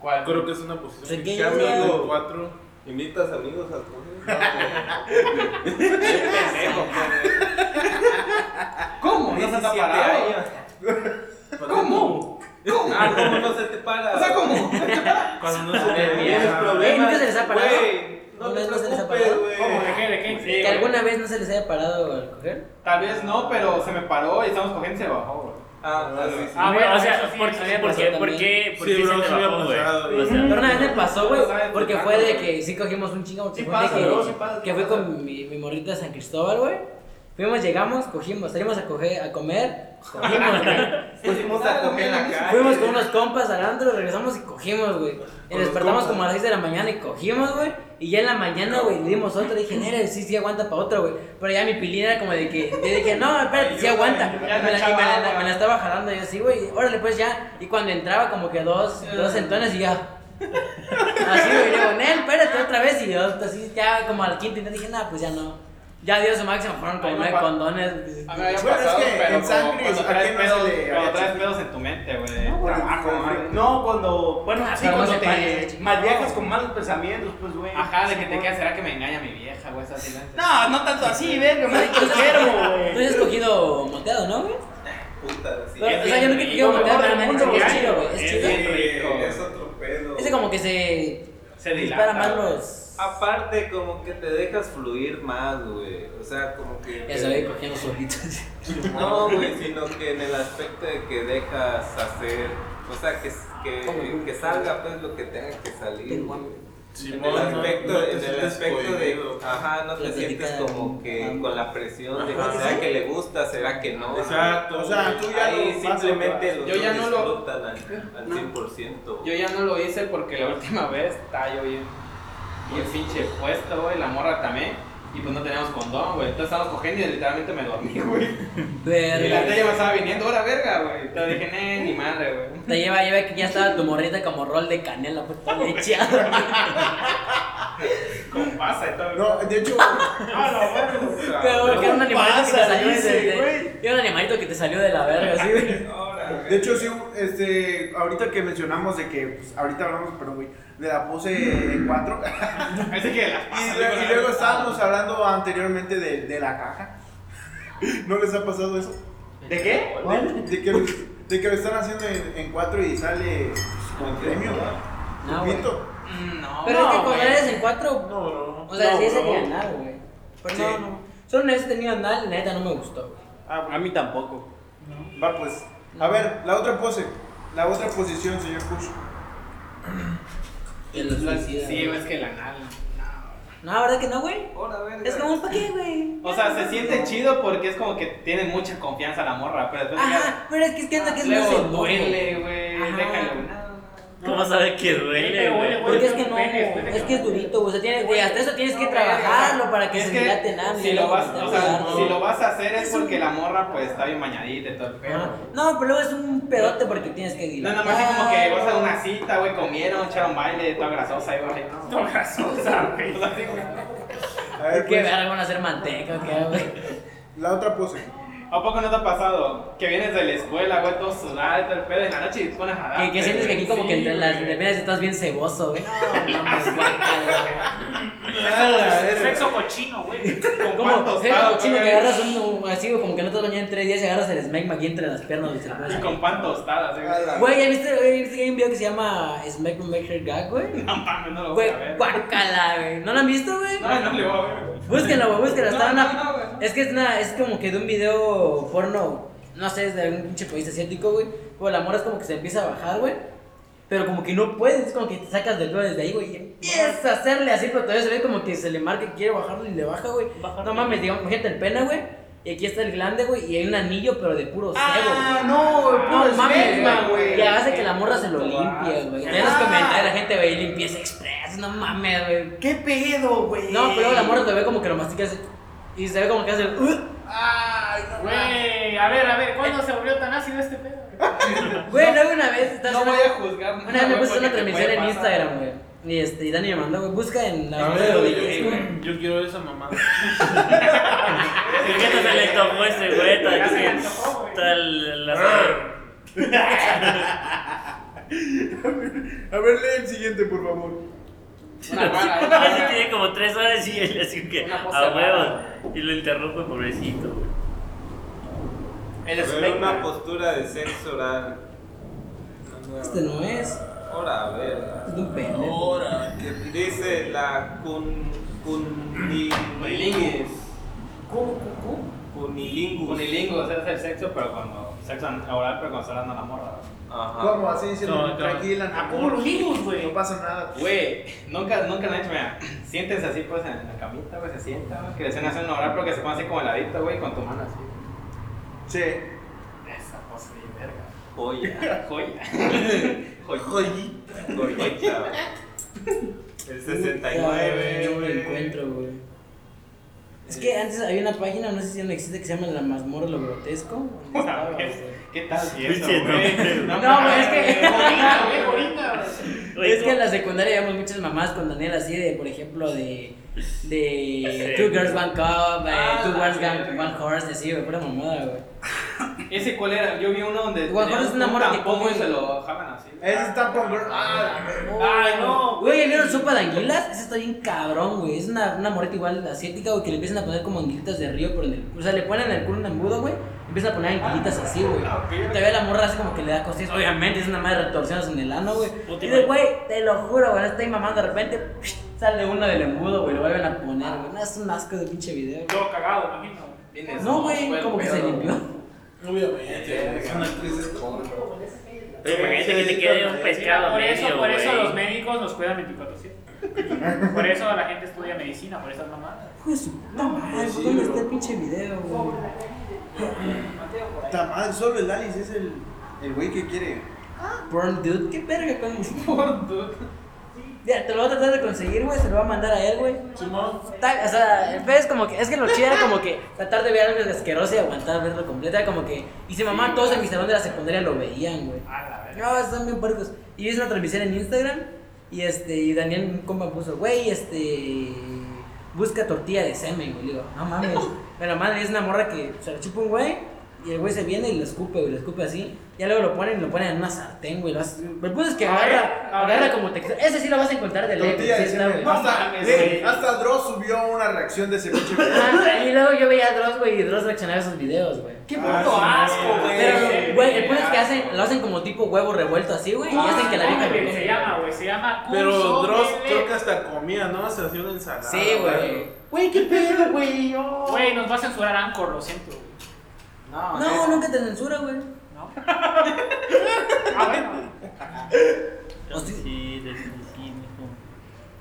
M: ¿Cuál?
O: Creo que es una posición que
C: Pequeño
O: cambia de
L: dedo.
O: cuatro.
L: ¿Invitas amigos a coger? pues.
M: ¿Cómo? No se está parado. ¿Cómo? ¿Cómo?
L: Ah, ¿cómo no se te para?
M: O sea, ¿cómo?
L: Cuando no se te
M: Madre mía.
L: tienes
C: Ey,
L: problemas,
C: ¿nunca se les ha parado?
L: güey, No
C: ¿Una
L: te
C: vez no se les ha
L: preocupes,
C: parado?
L: güey.
B: ¿Cómo? ¿De qué? ¿De qué?
F: Sí,
C: ¿Que
F: güey.
C: alguna vez no se les haya parado al coger?
M: Tal vez no, pero se me paró y estamos cogiendo y se bajó, güey.
L: Ah, así sí.
B: Ah, bueno,
F: o
B: eso
F: sea,
B: sí,
F: ¿por
B: eso
F: qué?
B: sí
F: ¿Por
C: pasó
F: qué?
C: también.
F: ¿Por qué? ¿Por
O: Sí,
F: qué
O: bro,
F: se
O: sí
F: te
O: me ha
F: bajó, güey?
O: pasado, güey.
F: O sea,
C: Pero una vez me pasó, güey,
M: ¿Sabes?
C: porque fue de que sí cogimos un chingo. porque
M: Sí
C: fue
M: pasa,
C: de que,
M: luego sí pasa, sí
C: que fui
M: pasa.
C: con mi, mi morrita de San Cristóbal, güey. Fuimos, llegamos, cogimos, salimos a, coger, a comer, cogimos, güey.
L: Fuimos a comer en la calle.
C: Fuimos con unos compas al antro, regresamos y cogimos, güey. Y
O: los
C: despertamos
O: compas.
C: como a las 6 de la mañana y cogimos, güey. Y ya en la mañana, güey, le dimos otra. Dije, nere, sí, sí aguanta para otra, güey. Pero ya mi pilina era como de que. Yo dije, no, espérate, sí aguanta. Y me la, y me la- me la estaba jalando yo así, güey. y Órale, pues ya. Y cuando entraba, como que dos, dos centones y ya. Así, güey, digo, Nel, espérate otra vez. Y yo, así, ya como al quinto, y dije, nada, pues ya no. Ya dio su máximo, fueron como
M: Ay,
C: nueve
M: papá.
C: condones.
M: A mí me había
E: Bueno, es
M: pasado,
E: que
M: pero
E: en sangre,
M: como cuando
E: ¿a
M: traes
E: quién no se
M: pedos,
E: le
M: cuando
E: había
M: traes
E: hecho?
M: pedos en tu mente, güey.
E: No, bueno,
M: Trabajo,
E: fue-
M: madre.
N: No, cuando. Bueno, así
C: Pero no
N: cuando
C: se
N: te
C: pares.
N: mal viajas con malos pensamientos, pues, güey.
M: Ajá, de que te quedas, ¿será que me engaña mi vieja, güey? Esas ideas.
N: No, no tanto así, verga, me te quiero,
C: Tú has escogido moteado, ¿no, güey?
L: Puta, así.
C: Pero, o sea, yo no que quiero moteado, pero me han dicho que es chido, güey. Es
L: Sí,
C: chido.
L: Es otro pedo.
C: Ese como que se
M: Se
C: dispara
M: dilata.
C: más los.
L: Aparte, como que te dejas fluir más, güey. O sea, como que.
C: Ya se ve cogiendo solitos.
L: No, güey, sino que en el aspecto de que dejas hacer. O sea, que, que, que salga, pues, lo que tenga que salir, güey. En el aspecto,
O: no te
L: en el
O: sientes
L: aspecto de,
O: cohibido.
L: ajá, no te
C: Platica
L: sientes como que
C: ambos.
L: con la presión de
O: Ajá.
L: que será que le gusta, será que no.
O: Exacto.
E: O sea, tú ya
L: Ahí
E: lo vas a
L: simplemente
E: probar.
M: Yo
L: los dos
M: ya no lo-
L: disfrutan al, al 100%.
M: Yo ya no lo hice porque la última vez estaba yo bien. Y el pinche puesto, güey, la morra también. Y pues no teníamos condón, güey. Entonces estábamos cogiendo y literalmente me dormí, güey. Y la tía me estaba viniendo, hora verga, güey. Entonces dije, "Nee, ni madre, güey.
C: Te lleva, lleva que ya estaba tu morrita como rol de canela, pues está
M: Con pasa y todo.
E: No, de hecho.
G: Ah,
C: Pero
E: ¿Cómo
C: porque era un animalito que te
E: pasa?
C: salió
E: Dice,
C: de, de-
E: güey.
C: era un animalito que te salió de la verga, sí, güey.
E: De hecho, sí, este, ahorita que mencionamos de que, pues, ahorita hablamos, pero güey, de la pose 4. y, lue- y luego estábamos hablando anteriormente de, de la caja. ¿No les ha pasado eso?
M: ¿De qué?
E: De que, de que lo están haciendo en, en cuatro y sale pues, con premio,
B: Ah,
C: No,
E: ¿no?
C: güey.
E: Poquito.
M: No,
C: Pero es que cuando
M: güey.
C: eres en cuatro,
E: No, no,
C: o sea,
E: No,
C: sí es
E: bro.
C: el anal, güey. Pero
E: Sí.
C: no, no. Solo una vez he tenido anal, neta, no me gustó, güey.
M: Ah,
G: A mí tampoco.
E: Va pues. A ver, la otra pose. La otra posición, señor Kush.
C: El suicida,
M: Sí,
C: Pues güey.
M: güey, es que la nada.
C: No, la verdad que no, güey. Es como un pa' qué, güey.
M: O sea, se siente chido porque es como que tiene mucha confianza la morra, pero después ya-
C: Ajá, pero es que es que anda que es
M: luego
C: más
M: duele, güey.
C: Ajá.
M: Déjalo.
F: ¿Cómo sabe que duele, güey?
C: Porque es que no, es que es durito, güey. O sea, tienes, güey, hasta eso tienes que trabajarlo para que
M: Es
C: se
M: que
C: dilate nada.
M: si lo, vas, o sea, si lo vas a hacer es porque la morra pues está bien bañadita y todo el pedo.
C: No, pero luego es un pedote porque tienes que
M: No,
C: dilatar.
M: nada más es como que vas a una cita, güey, comieron, echaron baile, toda grasosa, güey. Toda grasosa, güey. O sea, así, güey.
E: A ver,
C: ¿Qué
E: pues,
C: verga van a hacer manteca o qué, güey?
E: la otra pose.
M: ¿A poco no te ha pasado que vienes de la escuela, güey, todo sudado y todo el pedo, y en la noche y te pones a dar?
C: Que, que sientes que aquí como que entre las neveras estás bien ceboso, güey. No, mames, guácala,
B: Sexo cochino, güey.
M: Con
C: güey.
M: pan
C: Como, es como
M: tostado,
C: chino que
M: güey.
C: agarras un, así, güey, como que no te has bañado en tres días y agarras el smegma aquí entre las piernas güey, se lo pones
M: Y
C: aquí.
M: con pan tostado, así, güey.
C: Güey, ¿ya viste, güey, viste que hay un video que se llama Smegma Maker Gag, güey?
M: No mames, no lo voy a
C: Güey,
M: ver.
C: guácala, güey. ¿No lo han visto, güey?
M: No, no le voy a ver.
C: Búsquenlo, güey, búsquenlo. Está
M: No,
C: una-
M: no, no, güey, no.
C: Es que es, una, es como que de un video porno, no sé, es de algún pinche país asiático, güey. Pues la mora es como que se empieza a bajar, güey. Pero como que no puedes, es como que te sacas del cuello desde ahí, güey, y empiezas a hacerle así, pero todavía se ve como que se le marca que quiere bajarlo y le baja, güey. No mames, digamos, gente el pena, güey. Y aquí está el glande, güey, y hay un anillo, pero de puro cebo,
M: Ah,
C: güey.
E: no,
C: No mames,
M: esmegma, güey.
C: güey. Y hace que la morra se lo limpie, güey. Ya en los comentarios la gente ve limpieza express, no mames, güey.
E: ¿Qué pedo, güey?
C: No, pero la morra te ve como que lo mastica así. Y se ve como que hace el. "Uh".
E: Ay, no mames.
B: Güey, a ver, a ver, ¿cuándo se volvió tan ácido este pedo?
C: Güey, luego una vez. estaba
M: No voy
C: haciendo-
M: a juzgar.
C: Una vez me
M: güey,
C: puse
M: porque
C: una
M: te
C: transmisión
M: puede
C: en
M: pasar.
C: Instagram, güey. Y este, y Dani me mandó, güey. Busca en la.
O: A ver, yo, yo quiero esa mamá.
F: ¿Y qué te se le tomó ese güey?
M: Ya se le
F: Tal,
M: antojó, güey.
F: tal, la-
E: A ver, lee el siguiente, por favor.
C: Este
M: Una vara, una
F: Así
M: vara.
F: tiene como tres horas y él así que
M: Una
F: a
M: cosa
F: huevos. Y lo interrumpe, pobrecito, güey.
M: El
L: Pero una
M: esmegma.
L: postura de sexo oral.
C: Este no es.
L: Ahora, a ver.
C: Es de un pendejo.
E: Ahora.
L: que dice la kun,
M: Cunilingus.
L: cunilingus. Cunilingus.
M: Unilingo, o sea, es el sexo, pero cuando. Sexo oral, pero cuando está hablando la morra. güey.
L: Ajá.
E: ¿Cómo? Así diciendo,
B: Ah. No, no.
E: tranquila,
B: Ah,
E: no,
B: ¿cómo lo digo, güey?
E: no pasa nada.
M: Güey, nunca, nunca han hecho, mira, siéntense así pues en la camita, güey, se sienta, güey, que le hacen hacer un oral, pero que se ponga así como heladito, güey, con tu mano así.
E: Sí.
M: Esa pose de verga.
L: Joya.
M: Joya.
L: Joyita. Joyita. güey. El 69.
C: Yo me
L: güey.
C: encuentro, güey. Es que antes había una página, no sé si aún existe, que se llama La Mazmorra Lo Grotesco. donde estaba, güey.
M: ¿Qué tal? si eso,
F: Pinche nombre.
C: No, güey, es que-
M: Bonita, güey, bonita, güey.
F: Güey,
C: es que en
F: ¿cómo-
C: la secundaria llevamos muchas mamás con Daniel así de, por ejemplo, de. de. Two Girls One Cup, eh,
M: Ah,
C: Two
M: la
C: Girls
M: verga.
C: One One Horse, así, güey, pura mamada, güey.
M: ¿Ese cuál era? Yo vi uno donde.
C: Güey, ¿cuál es una morra que
M: tampoco
C: come?
M: y se lo jalan así.
E: Ese está con girl. Ah, la verga.
M: Ay, no.
C: Güey, ¿ya ¿vieron sopa de anguilas? Ese está bien cabrón, güey. Es una, una moreta igual asiática, güey, que le empiezan a poner como anguilitas de río por en el O sea, le ponen en el culo un embudo, güey. y Empiezan a poner
M: Ah,
C: anguilitas así, güey. Y Te ve la morra así como que le da costillas. Obviamente, es una madre retorsiones en el ano, güey. Y de, güey, te lo juro, güey, no estoy mamando de repente. Sale uno del embudo, güey, lo vuelven a poner, güey. No, es un asco de pinche video, güey.
B: Todo cagado, imagino.
M: Tienes
C: No,
M: dos,
C: güey,
M: el
C: como que se
M: pedo.
C: limpió.
E: Obviamente, son actrices con.
F: Pero imagínate que te quede un pescado
B: Por eso,
F: medio,
B: por eso
F: güey.
B: los médicos nos cuidan 24-7. Por eso la gente estudia medicina, por esas mamadas.
C: Hijo de su puta madre,
E: Sí,
C: ¿dónde
E: bro.
C: está el pinche video, güey?
E: Está mal, solo el Alice es el el güey que quiere.
C: Porn dude, qué verga con
M: Por tu-
C: Ya, te lo voy a tratar de conseguir, güey, se lo va a mandar a él, güey. Tal, o sea, el pedo es como que, es que lo chido era como que tratar de ver algo de asqueroso y aguantar verlo completo, era como que, y se mamá, todos en mi salón de la secundaria lo veían, güey. No, están bien puercos. Y hice una transmisión en Instagram, y este, y Daniel, un compa puso, güey, este, busca tortilla de semen, güey, digo, no mames. Pero madre, es una morra que se la chupa un güey, y el güey se viene y lo escupe, güey, lo escupe así. Ya luego lo ponen y lo ponen en una sartén, güey. lo hace- El punto es que agarra, agarra como textura. Ese sí lo vas a encontrar de ley, güey.
E: Tortilla de
C: sí está,
E: semen.
C: güey.
E: Hasta,
C: Mames,
E: eh,
C: güey.
E: hasta Dross subió una reacción de ese pinche
C: Ah, Y luego yo veía a Dross, güey, y Dross reaccionaba a esos videos, Ah, güey. ¡Qué
E: puto asco, güey!
C: Pero, güey, el punto es que hacen, lo hacen como tipo huevo revuelto así, güey, y hacen que la vieja lo
B: Se llama, güey, se llama
O: Pero
B: Curso
O: Dross
B: de-
O: creo que hasta comía, ¿no? Se hacía una ensalada.
C: Sí, güey.
B: Güey, qué pedo, güey. Güey, nos va a censurar Anchor, lo siento, güey.
C: No, nunca te censura, güey.
B: Ah, bueno.
F: Sí, del cinismo.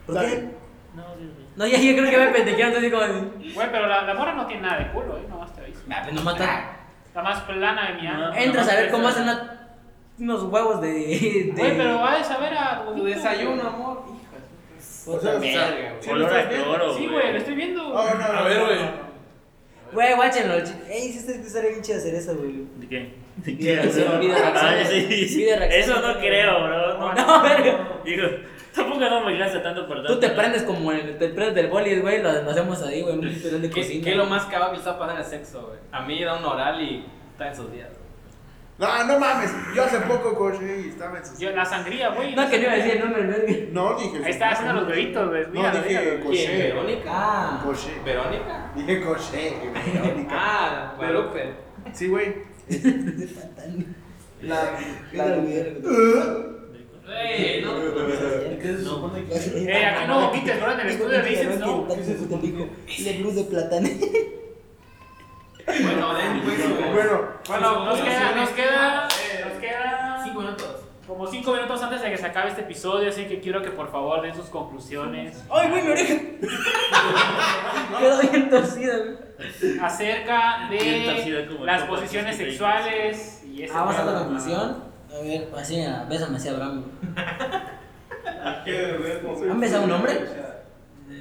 C: ¿Por qué?
F: No, Dios mío.
C: No, ya yo creo que me pendejearon, entonces como...
B: Güey, pero la, la morra no tiene nada de culo, eh, nomás te aviso.
C: Ah, pues no mata.
B: La más plana de
C: Ah.
B: mi alma.
C: Entras a ver cómo hacen una- unos huevos de... de...
B: Güey, pero va a saber a tu
M: desayuno, amor.
C: Puta verga, güey.
F: Olor a cloro,
B: Sí, güey, lo
F: güey.
B: estoy viendo.
O: A ver, güey.
C: Güey, guáchenlo. ch- Ey, sí, está- estaría bien chido hacer eso, güey.
F: ¿De qué? ¿De
C: Video reacción, video reacción.
F: Ay, sí.
C: Video reacción.
F: Eso no creo, bro. No,
C: No, verga.
F: Digo, tampoco no me lanza tanto por tanto.
C: Tú te prendes como el, te prendes del boli, güey, lo, lo hacemos ahí, güey, un tutorial
E: Oh.
C: de
M: ¿Qué,
C: cocina.
M: qué es lo más cagado que está pasando en el sexo, güey? A mí da un oral y está en sus días.
E: No, no mames. Yo hace poco coche y estaba en sus.
B: Yo, la sangría, güey.
C: No, que no iba a decir no, no, no.
E: No, dije.
B: Ahí está haciendo los bebitos, güey.
E: No,
B: Mira,
E: dije "Pues
M: ¿Quién?
E: coche.
M: ¿Verónica?
C: Ah,
E: Coche.
M: ¿Verónica?
E: Dije coche.
M: Ah, Guadalupe.
E: Sí, güey. La.
C: la ¿Eh?
M: Güey, no.
E: ¿Qué se supone que.?
B: Eh, aquí no vomites, bro, en el estudio dices, no.
C: Le cruz de plátano.
M: Bueno, den, güey.
E: Bueno,
B: Bueno, nos queda, nos queda, nos queda
M: Cinco minutos.
B: como cinco minutos antes de que se acabe este episodio, así que quiero que por favor den sus conclusiones.
C: ¡Ay, güey, mi oreja! Quedó bien torcida, güey.
B: acerca de
F: Bien torcido como el
B: las
F: compa
B: posiciones
F: que te
B: sexuales y ese
C: Ah, ¿Vamos a
B: pedo.
C: la conclusión? A ver, así, mira, bésame así, Abraham. güey. ¿Han besado a un hombre?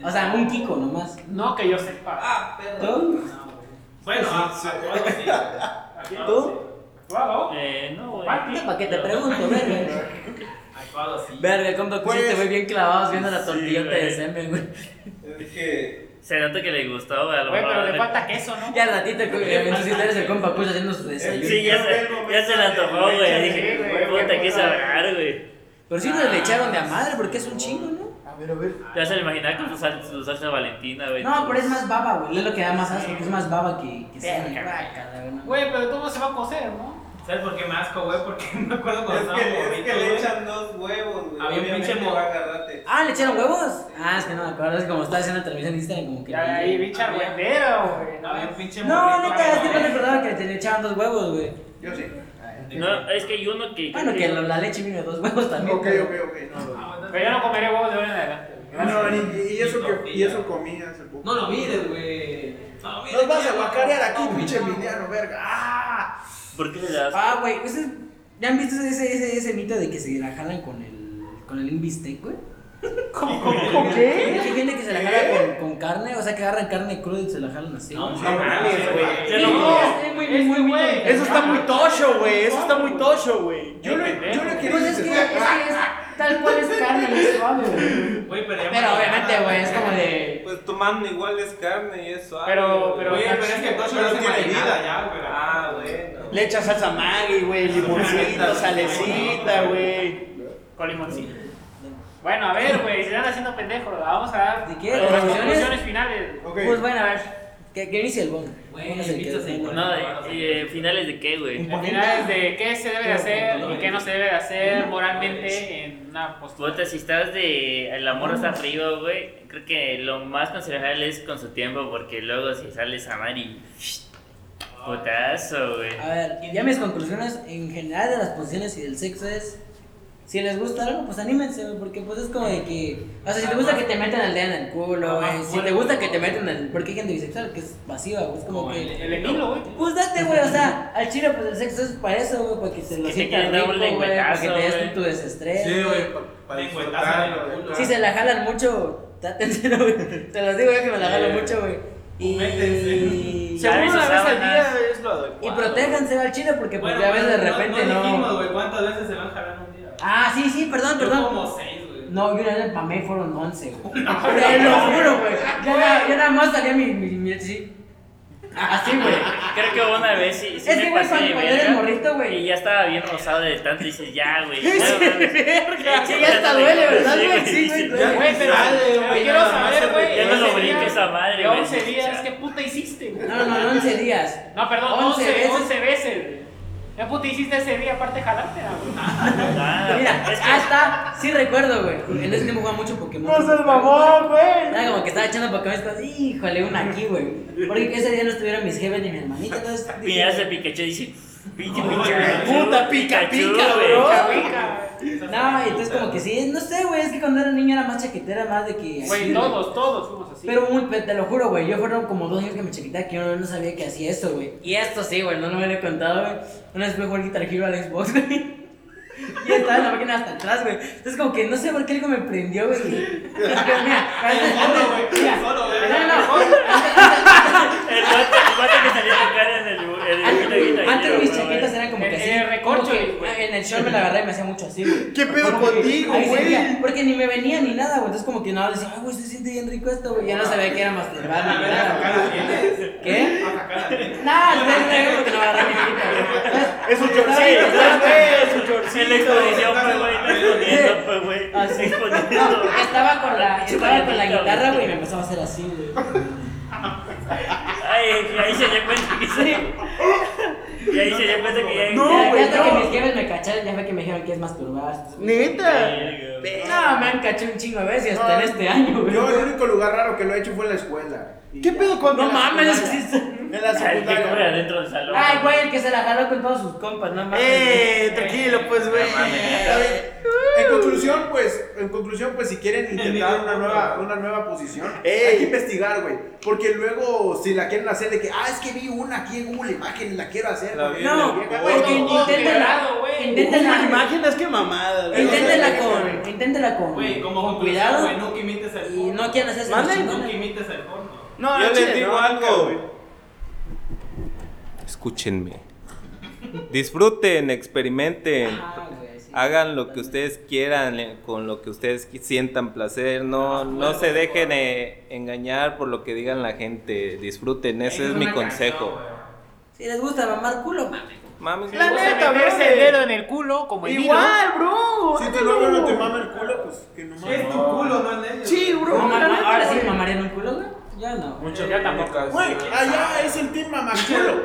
C: O sea, un Kiko nomás.
B: No que yo sepa.
M: Ah, perro.
C: ¿Tú?
M: Bueno, ah, algo sí.
B: ah,
C: ¿Tú?
B: Guau.
F: Eh, no, güey.
B: Pati.
C: ¿Para qué te pregunto, verga?
M: Algo así.
C: Verga, el compa
E: Pues-
C: Cusi te ve bien clavados viendo la tortillota de
F: güey.
C: semen, güey.
E: Es que.
F: Se nota que le gustó, güey. a lo
B: Güey,
F: mejor
B: pero le
F: le-
B: falta queso, ¿no?
C: Ya al ratito, güey, entonces eres el compa Cusi haciendo su desayuno.
F: Sí, ya se, ya se la antojó, güey. Dije, puta, qué sabrá, güey.
C: Pero sí nos le echaron de a madre porque es un chingo, ¿no?
E: A ver, a ver.
F: Te vas a imaginar con su, sal- su salsa valentina, güey.
C: No, pero es más baba, güey. Es lo que da más asco, que es más baba que, que semen.
B: Verga, güey.
C: Guácala, güey, no.
B: Güey, pero todo se va a cocer, ¿no?
M: ¿Sabes por qué me asco, güey? Porque me acuerdo cuando
L: Es
M: estaba
L: que, es
M: morrito,
L: que le
M: güey.
L: echan dos huevos, güey.
M: Había un
L: Obviamente
M: pinche mo-
L: va a agarrarte.
C: Ah, ¿le echaron huevos? Ah, es que no me acuerdo. Es que como estaba haciendo la televisión en Instagram, como que.
B: Ya ahí, bicha
M: había-
B: güeyero, güey. no
M: Había un pinche
C: No,
M: morrito,
C: neta, es que
M: güey.
C: no recordaba que te le echaban dos huevos, güey.
E: Yo sí.
F: No, es que hay uno que.
C: Bueno, que lo- la leche vino de dos huevos también.
E: Ok,
C: güey.
E: ok, ok. No, no.
B: Pero yo no comeré huevos de ahora en adelante. güey. Gracias.
E: Ah, No, y, y eso que, y eso comí hace poco.
M: No lo mires, güey. No lo mires.
E: Nos vas a
M: güey.
E: guacarear aquí,
M: No,
E: pinche
M: no.
E: Emiliano, verga. ¡Ah!
F: ¿Por qué le das?
C: Ah, güey, ¿ustedes ya han visto ese, ese, ese mito de que se la jalan con el, con el invistec, güey?
B: ¿Cómo, cómo, cómo? qué?
C: Hay gente que se la jala con, con carne, o sea, que agarran carne cruda y se la jalan así.
M: No,
C: güey.
E: No mames, güey.
F: Se
B: No,
F: lo
B: este güey, este güey.
G: Eso está muy tocho, güey. Eso está muy tocho, güey.
E: Yo lo, yo lo quería
C: Pues es que, es
E: intentar.
C: que es tal cual es carne y es suave, güey.
M: Güey, pero ya
C: Pero
M: me-
C: obviamente, güey, es como de.
L: Pues tomando igual es carne y es suave.
B: Pero,
L: güey.
B: pero.
M: Güey, pero es que el tocho
E: Pero
M: no se
E: tiene
M: marinada
E: vida.
M: ya, güey.
L: Ah, bueno.
G: Le echas salsa maggi, güey, limoncito, salecita, güey.
B: Con limoncillo. Bueno, a ver, güey, se están haciendo pendejos. Vamos a dar
C: ¿De qué?
B: las
C: ¿Conclusiones?
B: conclusiones finales.
E: Ah, Ok.
C: Pues bueno, a ver. Que, que inicie el bono.
M: Güey,
C: Póngase el que-
M: invítase,
C: el bono.
M: güey.
F: No, eh, eh, finales de qué, güey.
B: Al final es de qué se debe de hacer y qué no se debe de hacer moralmente en una postura.
F: Puta, si estás de. El amor
C: Mm.
F: está arriba, güey. Creo que lo más aconsejable es con su tiempo, porque luego si sales a mar y. Putazo, güey.
C: A ver, ya mis conclusiones en general de las posiciones y del sexo es Si les gusta algo, pues anímense, güey, porque pues es como de que. O sea, si te gusta que te metan al dedo en el culo, güey. Si te gusta que te metan al. Porque hay gente bisexual que es pasiva, güey. Es como
F: Como
C: que.
F: el- el Emilio, güey.
C: Pues date, güey. O sea, al chile, pues el sexo es para eso, güey. Para que te lo
F: te
C: sientas
F: quieren dar
C: rico,
F: un
C: güey. Para que
F: lengüetazo,
C: te des
F: güey.
C: tu desestrés.
O: Sí, güey, pa- para disfrutar, güey.
C: Si se la jalan mucho, tátenselo, güey. Te los digo yo que me la jalo mucho, güey. Y.
L: Seguro una vez al día
C: es lo adecuado. Y protéjanse al chile porque pues ya ves de repente
N: no.
C: no.
N: dijimos, güey, ¿cuántas veces se van jalando un día?
C: Ah, sí, sí, perdón,
N: Yo
C: perdón.
N: como seis, güey.
C: No, yo una vez para mí fueron 11, güey. Te lo juro, güey. Yo, na- yo nada más salía mi, mi, mi- sí. Así, güey.
F: Creo que una vez sí, sí
C: Es
F: me
C: que, güey,
F: pasé
C: cuando-
F: de
C: cuando eres
F: verga,
C: morrito, güey.
F: Y ya estaba bien rosado de tanto y dices, ya, güey.
C: Sí,
F: no mames.
C: verga. Sí,
F: Sí,
C: ya hasta duele, ¿verdad,
F: sí,
C: güey? Sí, güey, duele.
B: Güey, pero, pero quiero saber, güey.
F: Ya no lo
B: ese día
F: brinques a madre,
B: De
F: güey.
B: 11 días, ¿qué puta hiciste, güey?
C: No, no, 11 días.
B: No, perdón,
C: 11
B: 11
C: veces.
B: veces. 11 veces, güey. ¿Qué puta hiciste ese día aparte de jalarte, güey?
F: Ah,
C: Mira, hasta, sí recuerdo, güey. En ese tiempo jugaba mucho Pokémon. ¡No seas
B: mamón, güey!
C: Era como que estaba echando Pokémon y estaba, híjole, una aquí, güey. Porque ese día no estuvieron mis jefes ni mi hermanita, entonces.
F: Mira ese Pikachu dice, pinche
C: No,
F: Pikachu.
C: puta, pica,
F: Pikachu,
C: pica,
F: güey.
C: bro.
F: Pikachu.
C: No, y entonces como que sí, no sé, güey, es que cuando era niño era más chaquetera, más de que...
B: Güey,
C: así,
B: todos, todos fuimos así.
C: Pero muy, pe- te lo juro, güey, yo fueron como dos años que me chaquetaba que yo no sabía que hacía eso, güey. Y esto sí, güey, no, no me lo he contado, güey. Una vez fui a jugar Guitar Hero al Xbox, güey. Y estaba en la máquina hasta atrás, güey. Entonces como que no sé por qué algo me prendió, güey. Mira, antes- antes- mira, no, no,
F: El guate, el guate que salía a tocar en el... En el
C: Antes, antes mis
F: güey.
C: chaquetas eran como que
B: En-
C: así.
B: en el recorcho,
C: como que,
B: güey.
C: ah, En el short me la agarré y me hacía mucho así, güey.
G: ¿Qué pedo
C: Porque-
G: contigo,
C: ahí
G: güey?
C: sentía- Porque ni me venía ni nada, güey. Entonces, como que nada, decía, ay, güey, se siente bien rico esto, güey. Ya no sabía que era masturbar ni nada. güey. ¿Qué? No, no, no, no, porque no agarré mi pita, güey.
G: Es un
F: Sí,
G: chorcito,
F: sí,
G: güey, es un
F: sí, En la
G: chorcito.
F: exposición, pues, güey, no exponiendo, pues, güey.
C: Así.
F: Exponiendo.
C: Estaba con la, estaba con la
F: Chupadita,
C: guitarra,
F: güey.
C: güey, y me empezaba a hacer así, güey.
F: Ay, y ahí se dio cuenta que se... Y ahí se dio cuenta que ya...
G: No,
C: Ya
F: ya-
G: güey,
C: hasta que
G: no.
C: mis jefes me cacharon, ya fue que me dijeron que es masturbar.
G: Neta.
C: No, me han cachado un chingo de veces y hasta en este año, güey.
E: Yo el único lugar raro que lo he hecho fue en la escuela.
G: ¿Qué pedo con
C: No
G: la
C: mames, es que
G: secundaria?
C: sí-
E: En la
F: Ay, el que corre
E: secundaria.
F: adentro del salón.
C: Ay, güey, el que se la jaló con todos sus compas, no mames.
G: Eh, tranquilo, pues, güey.
E: Está bien. En conclusión, pues, en conclusión, pues, si quieren intentar una nueva, una nueva posición,
G: Ey.
E: hay que investigar, güey. Porque luego, si la quieren hacer de que, ah, es que vi una aquí en Google Imagen, la quiero hacer.
L: La
E: porque
L: vi en
E: la
C: No,
E: vieja,
L: Google.
E: güey,
C: porque
B: todo
C: inténtala,
B: quebrado, güey.
G: Google
C: inténtala,
G: Imágenes, qué mamada, güey.
C: inténtala con, inténtala con,
N: Güey, como
C: con
N: conclusión,
C: cuidado
N: güey, nunca imites el
C: y
N: porno.
C: no quieran hacerse
G: Mande.
C: los
N: Nunca
C: chingones.
N: imites el porno.
G: No,
L: Yo
G: al
L: les
G: chile,
L: digo
G: no,
L: algo.
G: güey.
L: Escúchenme. Disfruten, experimenten.
C: Ah, güey, sí.
L: Hagan lo que ustedes quieran, eh, con lo que ustedes qui- sientan placer.
N: Ah,
L: No, no se dejen eh, engañar por lo que digan la gente. Disfruten, ese es mi consejo.
C: Si les gusta mamar culo, mames.
L: Mames,
B: La
L: no se
B: neta,
L: me-
B: meterse el dedo en el culo, como el
G: Igual, bro.
E: Si tu
G: hazlo.
E: novio no te mama el culo, pues, que no mames.
N: Es tu culo, no el de ellos.
G: Sí, bro.
C: No,
G: la
C: ma-
G: neta,
C: ahora sí
G: güey.
C: mamarían un culo, güey. Ya no.
B: Mucho. Yo tampoco.
E: Güey, allá es el team mamaculo.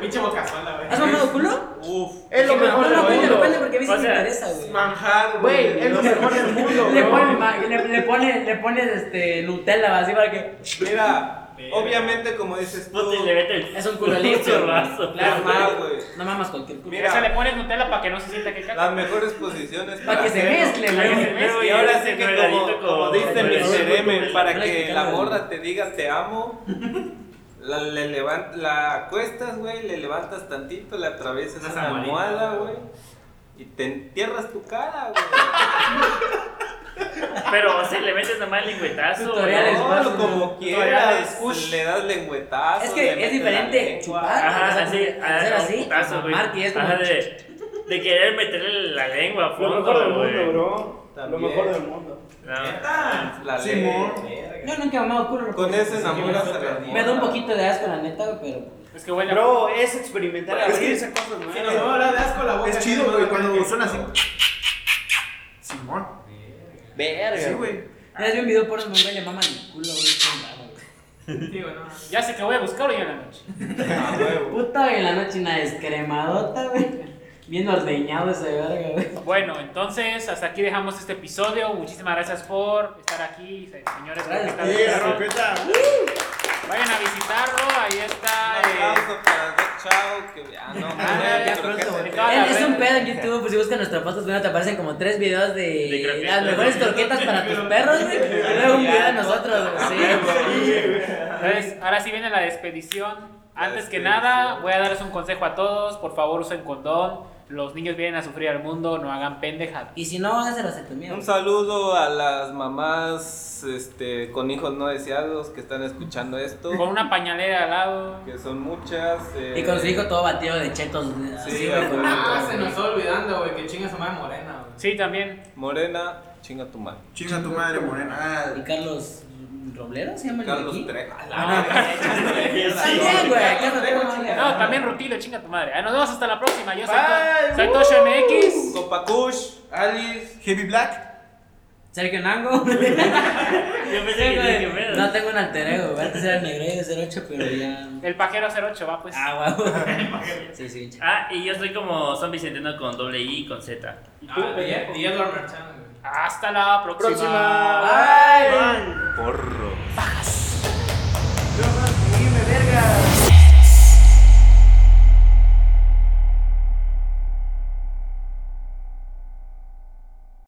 N: Pinche bocazuela, güey.
C: ¿Has mamado culo?
E: Uf.
G: Es lo
C: No,
G: mejor
C: no,
G: del
C: pues,
G: mundo.
C: depende porque a mí sí
F: O
C: me
F: sea,
C: interesa, güey.
O: Manjar,
G: Güey, es lo mejor del mundo,
C: Le
G: bro.
C: pones, ma- le, le pones, le pones este, Nutella, así para que...
L: Mira, obviamente como dices tú,
F: Puta, y le mete el-
C: Es un culo limpio.
F: un
C: güey.
F: chorrazo.
C: Claro,
L: Ajá,
C: claro.
L: güey.
C: No mamas cualquier culo.
L: Mira.
B: O sea, le pones Nutella para que no se sienta que caca.
L: las mejores posiciones
C: Para que se
L: hacerlo.
C: mezcle,
F: Para que se
C: güey.
F: mezcle.
L: Y ahora sí que como,
F: Regadito
L: como
F: con-
L: dice
F: con
L: mi
F: el-
L: ceremen, para
C: con el-
L: que
C: con
L: la
C: el-
L: morra te diga te amo, la, le levan- la acuestas, güey, le levantas tantito, le atravesas
N: Una
L: una
N: sabanita.
L: almohada, güey, y te entierras tu cara, güey.
F: Pero, o sea, le metes nomás el lingüetazo.
C: Tutoriales.
F: ¿no?
L: No,
C: vas,
L: como
F: tutoriales,
L: quieras, le das lengüetazo.
C: Es
L: le
C: que es
L: metes la
C: diferente
L: lengua.
C: chupar, o
F: Ajá,
C: sea,
F: así.
C: hacer
F: ah,
C: así,
F: un putazo, güey.
C: mamar, que es como...
F: Ajá, de, de querer meterle la lengua a
O: Lo
F: fondo,
O: mejor del
F: güey.
O: mundo, bro.
L: También.
O: Lo mejor del mundo.
F: No.
L: La
E: Simón.
L: lengua.
C: Yo nunca he mamado culo.
L: Con
C: pero-
L: ese enamoras a la
C: Me da un
L: morra.
C: poquito de asco, la neta, güey, pero...
B: Es que huele a-
G: Bro, es experimentar,
E: Es que-
G: abrirse a cosas nuevas.
N: Si no, no, la de asco la boca.
E: Es chido, güey, cuando suena así. Simón.
G: Verga.
E: Sí, güey.
C: Ya les vi un video por donde un güey le maman el culo, güey. qué raro, güey.
N: Sí, güey, no.
B: Ya sé que voy a buscar hoy en la noche.
L: Ah, huevo.
C: Puta, güey, en la noche una descremadota, güey. Bien ordeñado ese verga, güey.
B: Bueno, entonces hasta aquí dejamos este episodio. Muchísimas gracias por estar aquí, se- señores.
C: Gracias.
B: croquetas.
E: Eh, la roqueta.
B: Vayan a visitarlo, ahí está.
L: Un
B: eh,
L: aplauso para chao, que ah, no,
C: Ah, ya pronto. Es es un pedo en YouTube, pues si buscan nuestras fotos, bueno, te aparecen como tres videos de, las mejores croquetas para tus perros, güey. Y luego un video de nosotros, güey. Sí,
B: Entonces, ahora sí viene la despedición. Antes que nada, voy a darles un consejo a todos. Por favor, usen condón. Los niños vienen a sufrir al mundo, no hagan pendejadas.
C: Y si no, háganse vasectomía.
L: Un saludo a las mamás este, con hijos no deseados que están escuchando esto.
B: Con una pañalera al lado.
L: Que son muchas. eh,
C: Y con su hijo todo batido de chetos. así,
L: Sí,
C: güey, con-
M: Ah, se nos está olvidando, güey, que chinga su madre morena, güey.
B: Sí, también.
L: eh, Morena, chinga tu madre.
E: Chinga tu madre, morena. Ah,
C: ¿Y Carlos Roblero se llama el Ah, de
L: Carlos
C: aquí?
L: Trejo.
C: También, güey. Carlos Trejo, chinga.
B: No, también Rutilo, chinga tu madre. Ah, Nos vemos hasta la próxima. Yo soy,
E: Bye.
B: To- soy Tocho MX.
L: uh. Copacush,
E: Alice, Heavy Black.
C: Sergio Nango.
F: Yo
C: Sí,
F: pensé que
C: güey,
F: dije, pedo.
C: No tengo un alter ego, güey. Antes era negro y 08, pero ya.
B: El pajero 08, va pues.
C: Ah, güey. Sí, sí, ch-
F: Ah, y yo soy como Zombie Centeno con doble I y con Z.
M: Ah, Diego- Diego Marchand, güey.
B: Hasta la próxima.
G: Próxima.
C: Bye.
L: porro.
B: Bajas.